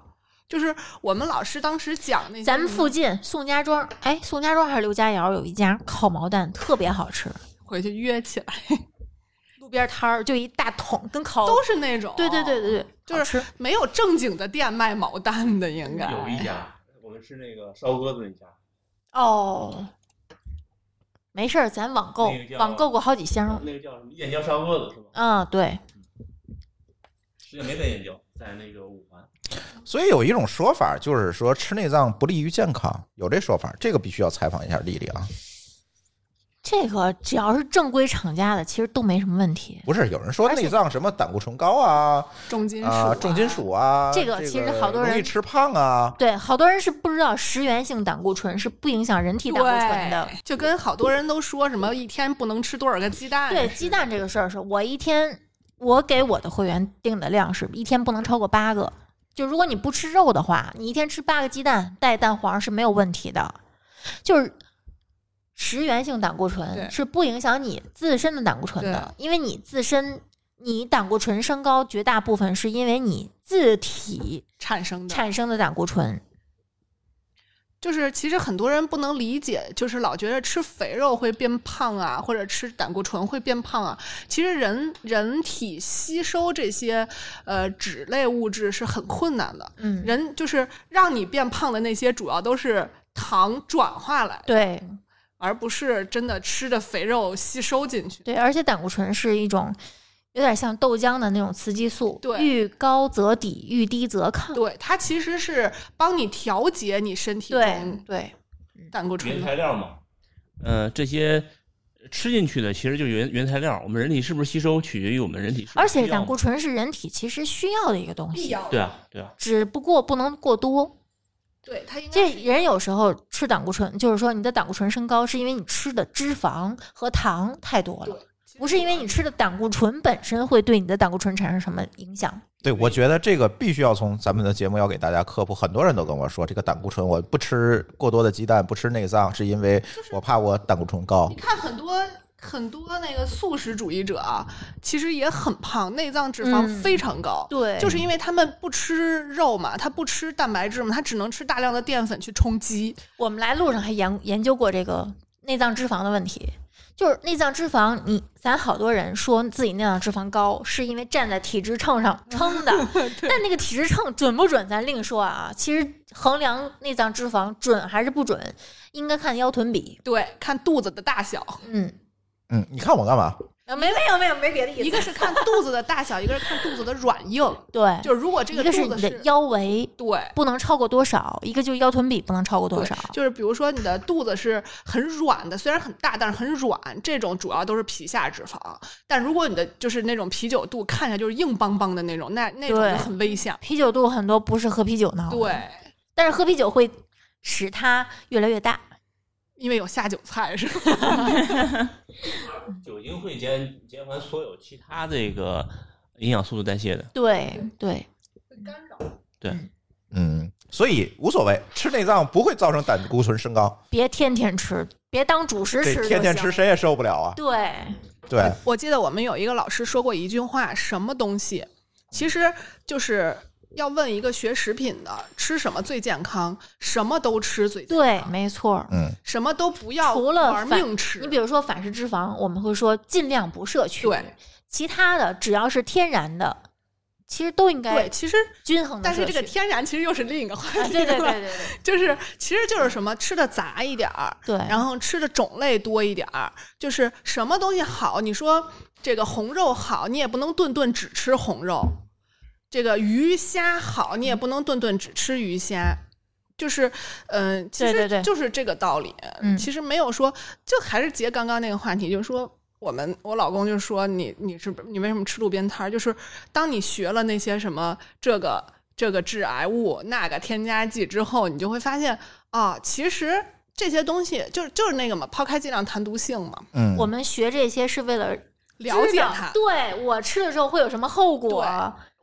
D: 就是我们老师当时讲那些
E: 咱们附近宋家庄，哎，宋家庄还是刘家窑有一家烤毛蛋特别好吃，
D: 回去约起来，
E: 路边摊儿就一大桶，跟烤
D: 都是那种
E: 对对对对对，
D: 就
E: 好吃
D: 是没有正经的店卖毛蛋的，应该
F: 有一家，我们吃那个烧鸽子那家，
E: 哦。没事儿，咱网购
F: 那个叫
E: 网购过好几箱。
F: 那个叫什么燕郊烧鸽子是吧？
E: 嗯，对，
F: 实际上没在燕郊，在那个五环。
B: 所以有一种说法就是说吃内脏不利于健康，有这说法，这个必须要采访一下丽丽啊。
E: 这个只要是正规厂家的，其实都没什么问题。
B: 不是有人说内脏什么胆固醇高啊
D: 重金属
B: 啊重金属啊，
E: 这个其实好多人
B: 容易吃胖啊。
E: 对，好多人是不知道食源性胆固醇是不影响人体胆固醇的。
D: 对，就跟好多人都说什么一天不能吃多少个鸡蛋，
E: 对鸡蛋这个事儿，是我一天我给我的会员定的量是一天不能超过八个。就如果你不吃肉的话，你一天吃八个鸡蛋带蛋黄是没有问题的。就是食源性胆固
D: 对
E: 醇是不影响你自身的胆固醇的，因为你自身你胆固醇升高绝大部分是因为你自体
D: 产生的。
E: 产生的胆固醇。
D: 就是其实很多人不能理解，就是老觉得吃肥肉会变胖啊，或者吃胆固醇会变胖啊。其实人人体吸收这些呃脂类物质是很困难的，
E: 嗯，
D: 人就是让你变胖的那些主要都是糖转化来，
E: 对
D: 而不是真的吃的肥肉吸收进去。
E: 对，而且胆固醇是一种。有点像豆浆的那种雌激素，
D: 对
E: 遇高则抵，遇低则 抗。
D: 对，它其实是帮你调节你身体中
E: 对，嗯
D: 胆固
F: 原
D: 醇
F: 材
D: 的。
F: 料嘛，嗯、这些吃进去的其实就是原原材料，我们人体是不是吸收取决于我们人体是不是
E: 而且
F: 需要
E: 胆
F: 嘛
E: 固醇是人体其实需要的一个东
D: 必
E: 西，
D: 要嗯
F: 对啊对啊，
E: 只不过不能过多。
D: 对它应该
E: 这
D: 是
E: 人有时候吃胆固醇，就是说你的胆固醇升高是因为你吃的脂肪和糖太多了，不是因为你吃的胆固醇本身会对你的胆固醇产生什么影响。
B: 对，我觉得这个必须要从咱们的节目要给大家科普。很多人都跟我说，这个胆固醇我不吃过多的鸡蛋，不吃内脏，是因为我怕我胆固醇高
D: 你。看很多很多那个素食主义者啊，其实也很胖，内脏脂肪
E: 嗯
D: 非常高。
E: 对
D: 就是因为他们不吃肉嘛，他不吃蛋白质嘛，他只能吃大量的淀粉去充饥。
E: 我们来路上还研研究过这个内脏脂肪的问题，就是内脏脂肪，你咱好多人说自己内脏脂肪高，是因为站在体脂秤 上称的，但那个体脂秤准不准咱另说啊。其实衡量内脏脂肪准还是不准，应该看腰臀比。
D: 对，看肚子的大小，
E: 嗯，
B: 嗯，你看我干嘛？
E: 啊，没没有没有没别的意
D: 一
E: 思，
D: 个是看肚子的大小，一个是看肚子的软硬。
E: 对，
D: 就是如果这
E: 一
D: 个
E: 个
D: 肚
E: 是
D: 子
E: 你的腰围
D: 对。
E: 不能超过多少，一个就是腰臀比不能超过多
D: 对
E: 少。
D: 就是比如说你的肚子是很软的，虽然很大，但是很软，这种主要都是皮下脂肪。但如果你的就是那种啤酒肚，看起来就是硬邦邦的那种，那那种
E: 对
D: 就很危险。
E: 啤酒肚很多不是喝啤酒闹的，
D: 对，
E: 但是喝啤酒会使它越来越大。
D: 因为有下酒菜是吧？
F: 酒精会减减缓所有其他这个营养素的代谢的。
E: 对对，
B: 嗯，所以无所谓，吃内脏不会造成胆固醇升高。
E: 别天天吃，别当主食吃就
B: 这
E: 行。
B: 天天吃谁也受不了啊！
E: 对，
B: 对，
D: 我记得我们有一个老师说过一句话，什么东西，其实就是要问一个学食品的，吃什么最健康，什么都吃最健
E: 对，
D: 康，
E: 没错儿。
B: 嗯，
D: 什么都不要
E: 除了
D: 玩
E: 反
D: 命吃。
E: 你比如说反式脂肪，我们会说尽量不摄取。
D: 对，
E: 其他的只要是天然的，其实都应
D: 对，
E: 该
D: 其实
E: 均衡的
D: 但是这个
E: 天、
D: 天然其实又是另一个话题
E: 嗯啊，
D: 了、
E: 对对对对对
D: 就是其实就是什么吃的杂一点儿，
E: 对，
D: 然后吃的种类多一点儿，就是什么东西好，你说这个红肉好，你也不能顿顿只吃红肉；这个鱼虾好，你也不能顿顿只吃鱼虾。就是，嗯、其
E: 对对
D: 实
E: 对
D: 就是这个道理。
E: 嗯
D: 其实没有说，就还是结刚刚那个话题，就是说，我们我老公就说你你是你为什么吃路边摊儿？就是当你学了那些什么这个这个致癌物、那个添加剂之后，你就会发现啊，其实这些东西就是就是那个嘛，抛开剂量谈毒性嘛，
B: 嗯，
E: 我们学这些是为了
D: 了
E: 知
D: 解
E: 道
D: 它，
E: 对我吃了之后会有什么后果？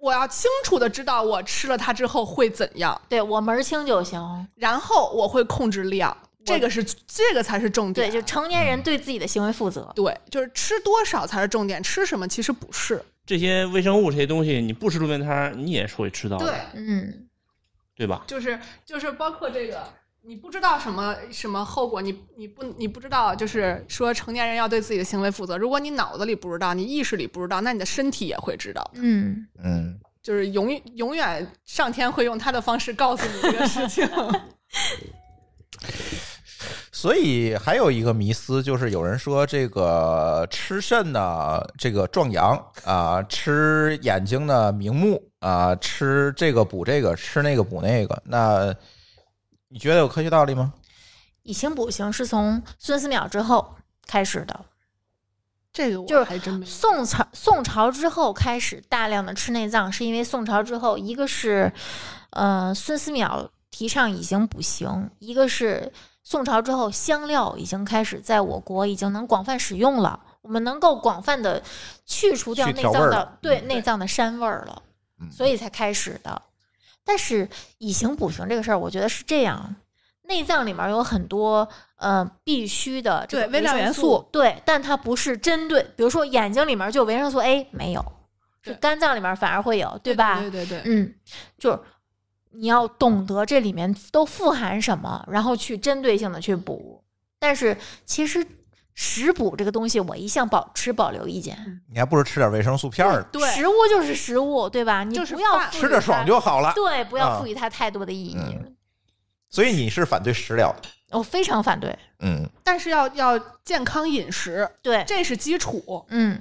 D: 我要清楚的知道我吃了它之后会怎样，
E: 对我门儿清就行。
D: 然后我会控制量，这个是这个才是重
E: 对，
D: 点。
E: 就成年
B: 嗯
E: 人对自己的行为负责。
D: 对，就是吃多少才是重点，吃什么其实不是。
F: 这些微生物这些东西，你不吃路边摊儿，你也是会吃到的，对，
E: 嗯，
F: 吧？
D: 就是就是包括这个，你不知道什么什么后果，你你不你不知道，就是说成年人要对自己的行为负责。如果你脑子里不知道，你意识里不知道，那你的身体也会知道。
E: 嗯，
B: 嗯，
D: 就是永永远上天会用他的方式告诉你这个事 情。
B: 所以还有一个迷思就是有人说这个吃肾呢，这个壮阳啊、吃眼睛呢明目啊、吃这个补这个，吃那个补那个，那你觉得有科学道理吗？
E: 以形补形是从孙思邈之后开始的，
D: 这个
E: 就是
D: 我还真没有。
E: 宋朝宋朝之后开始大量的吃内脏，是因为宋朝之后，一个是呃孙思邈提倡以形补形，一个是宋朝之后香料已经开始在我国已经能广泛使用了，我们能够广泛的去除掉
B: 去
E: 内
B: 调
E: 脏
B: 味儿
E: 的
B: 了
E: 对内脏的膻味儿了
B: 嗯，
E: 所以才开始的。但是以形补形这个事儿，我觉得是这样，内脏里面有很多呃必须的这个
D: 对微量元
E: 生
D: 素，
E: 对，但它不是针对，比如说眼睛里面就有维生素 A 没有，
D: 对
E: 是肝脏里面反而会有，吧？
D: 对对对对
E: 嗯，就是你要懂得这里面都富含什么，然后去针对性的去补。但是其实食补这个东西，我一向保持保留意见。
B: 你还不如吃点维生素片儿，
D: 对，
E: 食物就是食物，对吧？你
D: 就是
E: 不要
D: 饭
E: 赋予
B: 吃着
E: 它
B: 爽就好了。
E: 对，不要
B: 啊
E: 赋予它太多的意义。
B: 嗯所以你是反对食疗的，
E: 我非常反对，
B: 嗯
D: 但是要要健康饮食，
E: 对，
D: 这是基础，
E: 嗯，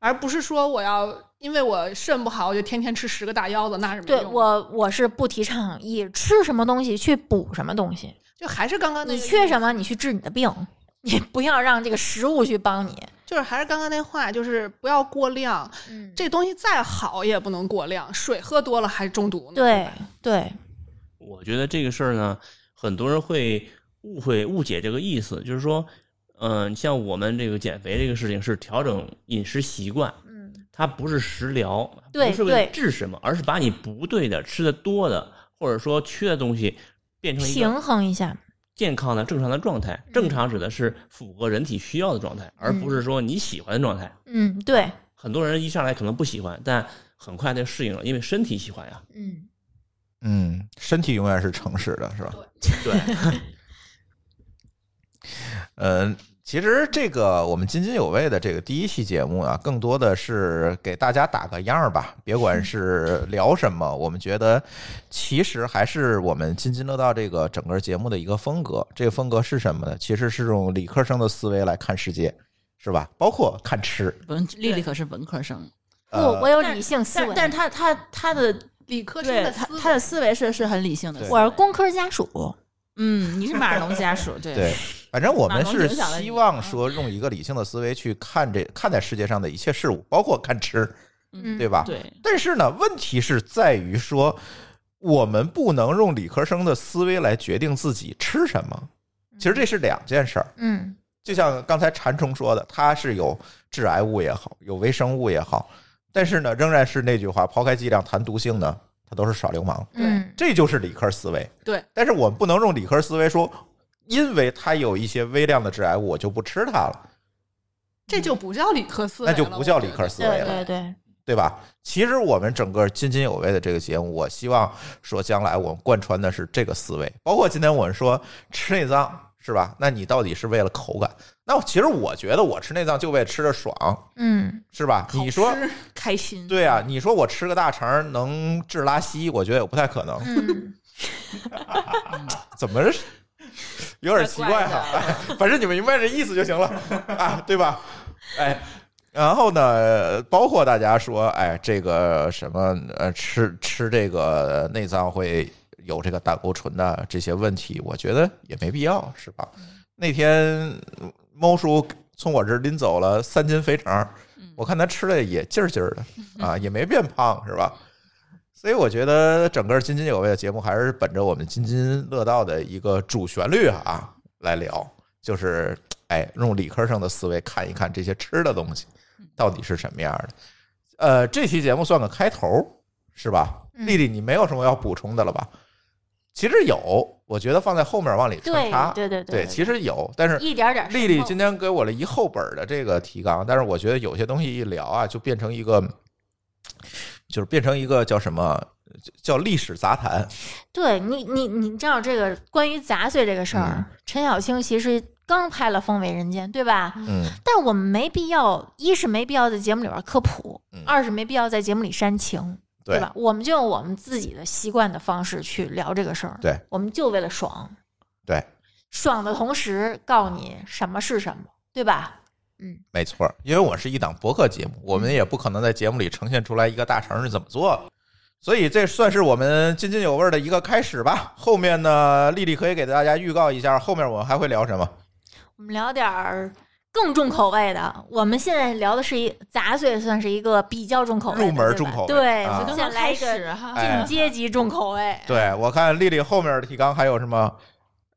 D: 而不是说我要因为我肾不好，我就天天吃十个大腰子，那是没用
E: 对
D: 的。
E: 我我是不提倡以吃什么东西去补什么东西。
D: 就还是刚刚那
E: 你
D: 个
E: 缺什么，你去治你的病， 你不要让这个食物去帮你。
D: 就是还是刚刚那话，就是不要过量。
E: 嗯，
D: 这东西再好也不能过量，水喝多了还中毒呢。
E: 对对，
F: 我觉得这个事儿呢，很多人会误会误解这个意思，就是说，嗯、你像我们这个减肥这个事情是调整饮食习惯，
E: 嗯，
F: 它不是食疗，
E: 对
F: 不是为了
E: 对
F: 治什么，而是把你不对的、吃的多的或者说缺的东西变成一个
E: 平衡一下。
F: 健康的、正常的状态。
E: 嗯
F: 正常指的是符合人体需要的状态，而不是说你喜欢的状态。
E: 嗯，对，
F: 很多人一上来可能不喜欢，但很快就适应了，因为身体喜欢呀。
E: 嗯，
B: 嗯，身体永远是诚实的，是吧？
F: 对，
B: 呃，其实这个我们津津有味的这个第一期节目啊，更多的是给大家打个样儿吧，别管是聊什么，我们觉得其实还是我们津津乐道这个整个节目的一个风格。这个风格是什么呢？其实是用理科生的思维来看世界，是吧？包括看吃。
C: 文丽丽可是文科生，
E: 不，
B: 呃
E: 我有理性思维
C: 但，但是她她她的
D: 理科生
C: 对
D: 的
C: 她
D: 思维
C: 她的思维是是很理性的
B: 对，
E: 我是工科家属。
C: 嗯，你是马尔龙家 属，对
B: 对，反正我们
C: 马龙
B: 是
C: 影响了你嗯
B: 希望说用一个理性的思维去看这看待世界上的一切事物，包括看吃。
E: 嗯，
B: 对吧？
C: 对
B: 但是呢，问题是在于说，我们不能用理科生的思维来决定自己吃什么。其实这是两件事儿。
E: 嗯，
B: 就像刚才馋虫说的，它是有致癌物也好，有微生物也好，但是呢，仍然是那句话，抛开剂量谈毒性呢，它都是耍流氓。
E: 嗯，
B: 这就是理科思维。
D: 对，
B: 但是我们不能用理科思维说因为它有一些微量的致癌物，我就不吃它了，
D: 这
C: 嗯
D: 就不叫理科思维
B: 那
D: 了，
B: 就不叫理科
D: 我觉得
B: 思维啊
E: 对
B: 了。
E: 对对，
B: 对吧？其实我们整个津津有味的这个节目，我希望说将来我们贯穿的是这个思维，包括今天我们说吃内脏是吧？那你到底是为了口感？那我其实我觉得我吃内脏就为了吃着爽，
E: 嗯，
B: 是吧？你说
C: 开心，
B: 对啊？你说我吃个大肠能治拉稀，我觉得也不太可能，
E: 嗯，
B: 怎么是 有点奇怪哈、啊反正你们明白这意思就行了啊，对吧？哎，然后呢，包括大家说，哎，这个什么呃，吃吃这个内脏会有这个胆固醇的这些问题，我觉得也没必要，是吧？那天猫叔从我这儿拎走了三斤肥肠，
E: 嗯
B: 我看他吃的也劲儿劲儿 的啊，也没变胖，是吧？所以我觉得整个津津有味的节目还是本着我们津津乐道的一个主旋律啊来聊，就是哎，用理科生的思维看一看这些吃的东西
E: 嗯
B: 到底是什么样的。呃，这期节目算个开头是吧？
E: 嗯
B: 丽丽，你没有什么要补充的了吧？其实有，我觉得放在后面往里穿
E: 对
B: 插，
E: 对对
B: 对，其实有，但是
E: 一点点渗透。
B: 丽丽今天给我了一厚本儿的这个提纲，但是我觉得有些东西一聊啊，就变成一个，就是变成一个叫什么，叫历史杂谈。
E: 对你你你知道这个关于杂碎这个事
B: 嗯
E: 儿，陈小青其实刚拍了《风味人间》，对吧？
B: 嗯
E: 但我们没必要，一是没必要在节目里边科普，
B: 嗯
E: 二是没必要在节目里煽情，
B: 对
E: 吧？我们就用我们自己的习惯的方式去聊这个事儿，
B: 对，
E: 我们就为了爽，
B: 对，
E: 爽的同时告诉你什么是什么，对吧？
B: 没错儿，因为我是一档博客节目，我们也不可能在节目里呈现出来一个大肠是怎么做的。所以这算是我们津津有味儿的一个开始吧。后面呢，丽丽可以给大家预告一下，后面我们还会聊什么？
E: 我们聊点儿更重口味的。我们现在聊的是一杂碎，算是一个比较重口味的，
B: 入门
E: 对吧
B: 重口味
E: 对，
B: 啊
E: 我们
C: 刚
E: 现在
C: 刚
E: 来
C: 开
E: 一个
C: 始哈，
B: 哎
E: 进阶级重口味。
B: 对我看丽丽后面的提纲还有什么？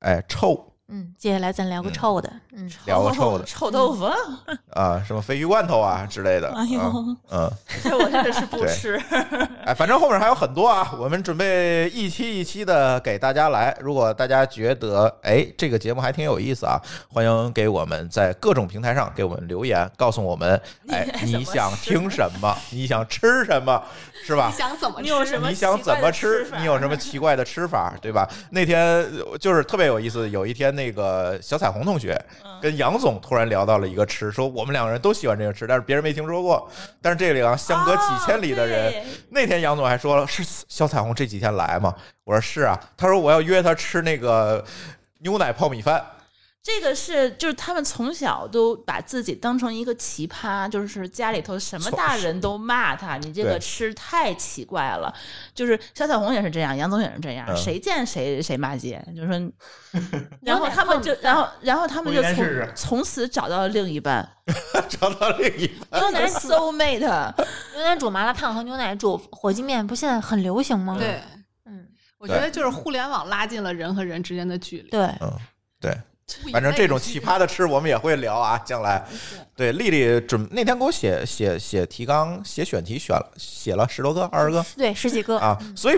B: 哎，臭
E: 嗯，接下来咱聊个臭的。嗯，
B: 聊个臭的
C: 臭豆腐，
B: 啊，什么鲱鱼罐头啊之类的。
C: 哎呦
B: 嗯嗯，
C: 这我真的是不
B: 对
C: 吃。
B: 哎，反正后面还有很多啊，我们准备一期一期的给大家来。如果大家觉得哎这个节目还挺有意思啊，欢迎给我们在各种平台上给我们留言，告诉我们哎你想听什么，你想吃什么，是吧？
D: 想怎么
C: 你有
D: 吃
C: 什么
B: 你想怎么吃
C: 奇怪的吃？法
B: 你有什 么奇怪的吃法，对吧？那天就是特别有意思，有一天那个小彩虹同学
C: 嗯
B: 跟杨总突然聊到了一个吃，说我们两个人都喜欢这个吃，但是别人没听说过。但是这里啊， 相隔几千里的人，
C: 嗯哦 对
B: 那天杨总还说了，是小彩虹这几天来吗？我说是啊，他说我要约他吃那个牛奶泡米饭。
C: 这个是就是他们从小都把自己当成一个奇葩，就是家里头什么大人都骂他，你这
B: 对
C: 个吃太奇怪了。就是小小红也是这样，杨总也是这样，
B: 嗯
C: 谁见谁谁骂街，就 说。然后他们就，然后然后他们就
F: 我应该试试
C: 从从此找到了另一半，
B: 找到另一半，
C: 就能 soul mate。
E: 牛奶煮麻辣烫和牛奶煮火鸡面，不现在很流行吗？，
D: 对，
E: 嗯，
D: 我觉得就是互联网拉近了人和人之间的距离。
E: 对，
B: 对，
D: 物以
B: 反正这种
D: 类
B: 奇
D: 聚
B: 葩的吃我们也会聊啊，将来。对，丽丽准那天给我写写写提纲，写选题选了写了十多个、二十个
E: 对，十几个
B: 啊，所以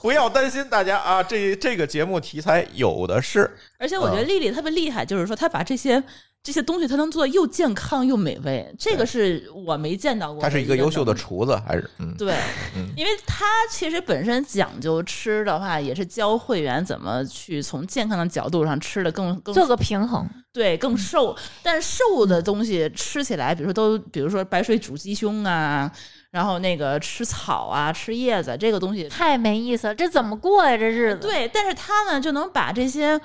B: 不要担心大家啊，这这个节目题材有的是。
C: 而且我觉得
B: 嗯
C: 丽丽特别厉害，就是说她把这些这些东西她能做得又健康又美味，这个是我没见到过。
B: 她是一个优秀的
C: 厨。
B: 厨子，还是嗯，
C: 对，因为他其实本身讲究吃的话，也是教会员怎么去从健康的角度上吃的更更
E: 做个平衡。
C: 对
D: 嗯
C: 更瘦，但是瘦的东西吃起来，比如说都比如说白水煮鸡胸啊，然后那个吃草啊、吃叶子这个东西，
E: 太没意思了，这怎么过呀？这日子，
C: 对，但是他呢就能把这些。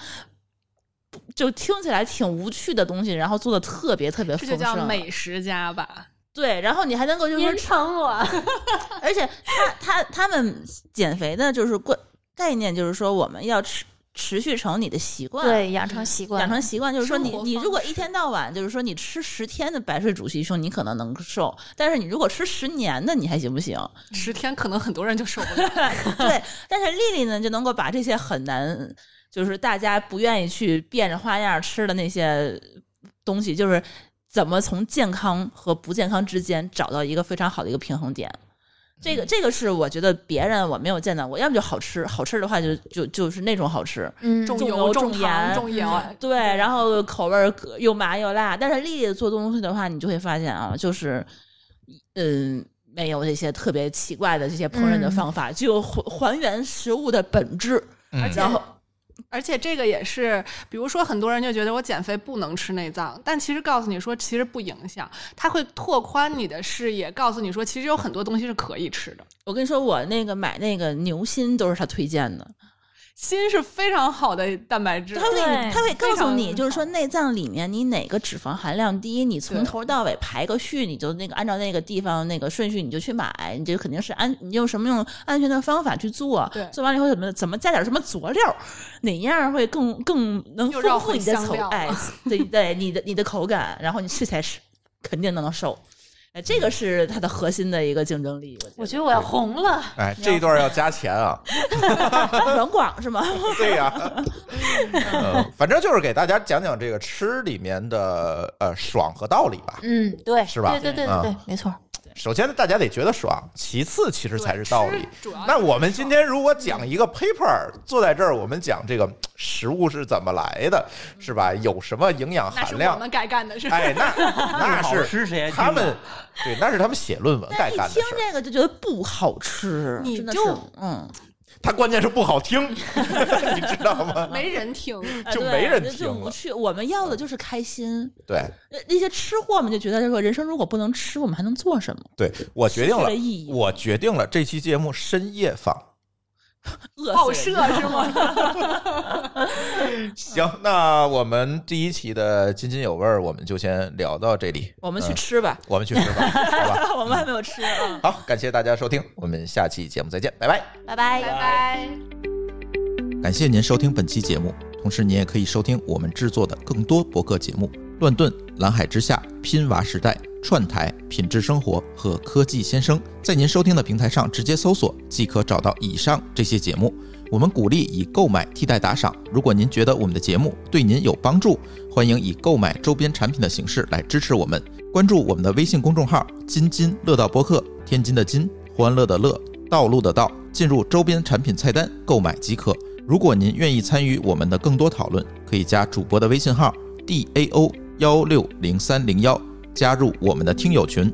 C: 就听起来挺无趣的东西，然后做的特别特别
D: 这
C: 丰
D: 就叫
C: 盛，
B: 啊
D: 美食家吧？
C: 对，然后你还能够就是说
E: 疼我。
C: 而且他他他们减肥的就是观概念，就是说我们要持持续成你的习惯，，
E: 对，养成习惯，
C: 养成习惯，就是说你
D: 生活
C: 你
D: 方
C: 如果一天到晚就是说你吃十天的白水煮鸡胸，你可能能瘦，但是你如果吃十年的，你还行不行？
D: 十天可能很多人就受不了。
C: 对，但是丽丽呢就能够把这些很难，就是大家不愿意去变着花样吃的那些东西，就是怎么从健康和不健康之间找到一个非常好的一个平衡点。这个这个是我觉得别人我没有见到过，要么就好吃，好吃的话就就就是那种好吃，
E: 嗯，
C: 重
D: 油、
C: 油
D: 重
C: 重
D: 糖、
C: 盐嗯
D: 重盐，
C: 对，然后口味儿各又麻又辣。但是丽丽做东西的话，你就会发现啊，就是嗯，没有这些特别奇怪的这些烹饪的
E: 嗯
C: 方法，就还还原食物的本质。
B: 嗯
C: 然后
D: 而且这个也是，比如说很多人就觉得我减肥不能吃内脏，但其实告诉你说，其实不影响，它会拓宽你的视野，告诉你说，其实有很多东西是可以吃的。
C: 我跟你说，我那个买那个牛心都是他推荐的，
D: 锌是非常好的蛋白质，
C: 他会
E: 对
C: 他会告诉
D: 非
C: 你，
D: 常
C: 就是说内脏里面你哪个脂肪含量低，你从
D: 对
C: 头到尾排个序，你就那个按照那个地方那个顺序你就去买，你就肯定是安你用什么用安全的方法去做
D: 对，
C: 做完了以后怎么怎么加点什么佐料，哪样会更更能
D: 又绕
C: 丰富
D: 回
C: 你的
D: 香
C: 口
D: 料了
C: 哎，对对，你的你的口感，然后你吃起来是肯定能瘦，哎，这个是它的核心的一个竞争力，
E: 我
C: 我
E: 觉
C: 觉
E: 得我要红了。
B: 哎，这一段要加钱啊！
C: 得软广 是吗？
B: 对呀、 嗯，反正就是给大家讲讲这个吃里面的呃爽和道理吧。
E: 嗯，对，
B: 是吧
E: 对对对对对，没错。
B: 首先大家得觉得爽，其次其实才是道理
D: 对。吃主要
B: 那我们今天如果讲一个 paper，坐在这儿，我们讲这个食物是怎么来的，是吧？有什么营养
D: 那是
B: 含
D: 我
B: 量？
D: 们该干的事。
B: 哎，那
F: 好
B: 那是
F: 吃谁还
B: 他
F: 听呢
B: 们对，那是他们写论文该
C: 一
B: 干的事
C: 听
B: 儿。
C: 这个就觉得不好吃，
D: 你
C: 真的
D: 就是
C: 嗯。
B: 他关键是不好听， 你知道吗？
D: 没 人听，
C: 哎
B: 就
C: 对
B: 没人
C: 就
B: 听
C: 就无
B: 了嗯
C: 趣。我们要的就是开心。
B: 对
C: 呃那些吃货们就觉得说，人生如果不能吃，我们还能做什么？
B: 对，我决定
C: 失去
B: 了
C: 了意，义
B: 我决定了，这期节目深夜放。
C: 饿
D: 报
C: 死
D: 社
C: 人
D: 是吗？
B: 行，那我们第一期的津津有味儿，我们就先聊到这里。
C: 我们去
B: 嗯
C: 吃吧，
B: 我们去吃吧，好吧？
C: 我们还没有吃啊。
B: 好，感谢大家收听，我们下期节目再见，拜拜。
E: 拜拜
D: 拜拜。
B: 感谢您收听本期节目，同时您也可以收听我们制作的更多博客节目《乱炖》《蓝海之下》《拼娃时代》《串台》《品质生活》和《科技先生》。在您收听的平台上直接搜索，即可找到以上这些节目。我们鼓励以购买替代打赏。如果您觉得我们的节目对您有帮助，欢迎以购买周边产品的形式来支持我们。关注我们的微信公众号“津津乐道播客”，天津的津，欢乐的乐，道路的道，进入周边产品菜单购买即可。如果您愿意参与我们的更多讨论，可以加主播的微信号 d a o 幺六零三零幺，加入我们的听友群。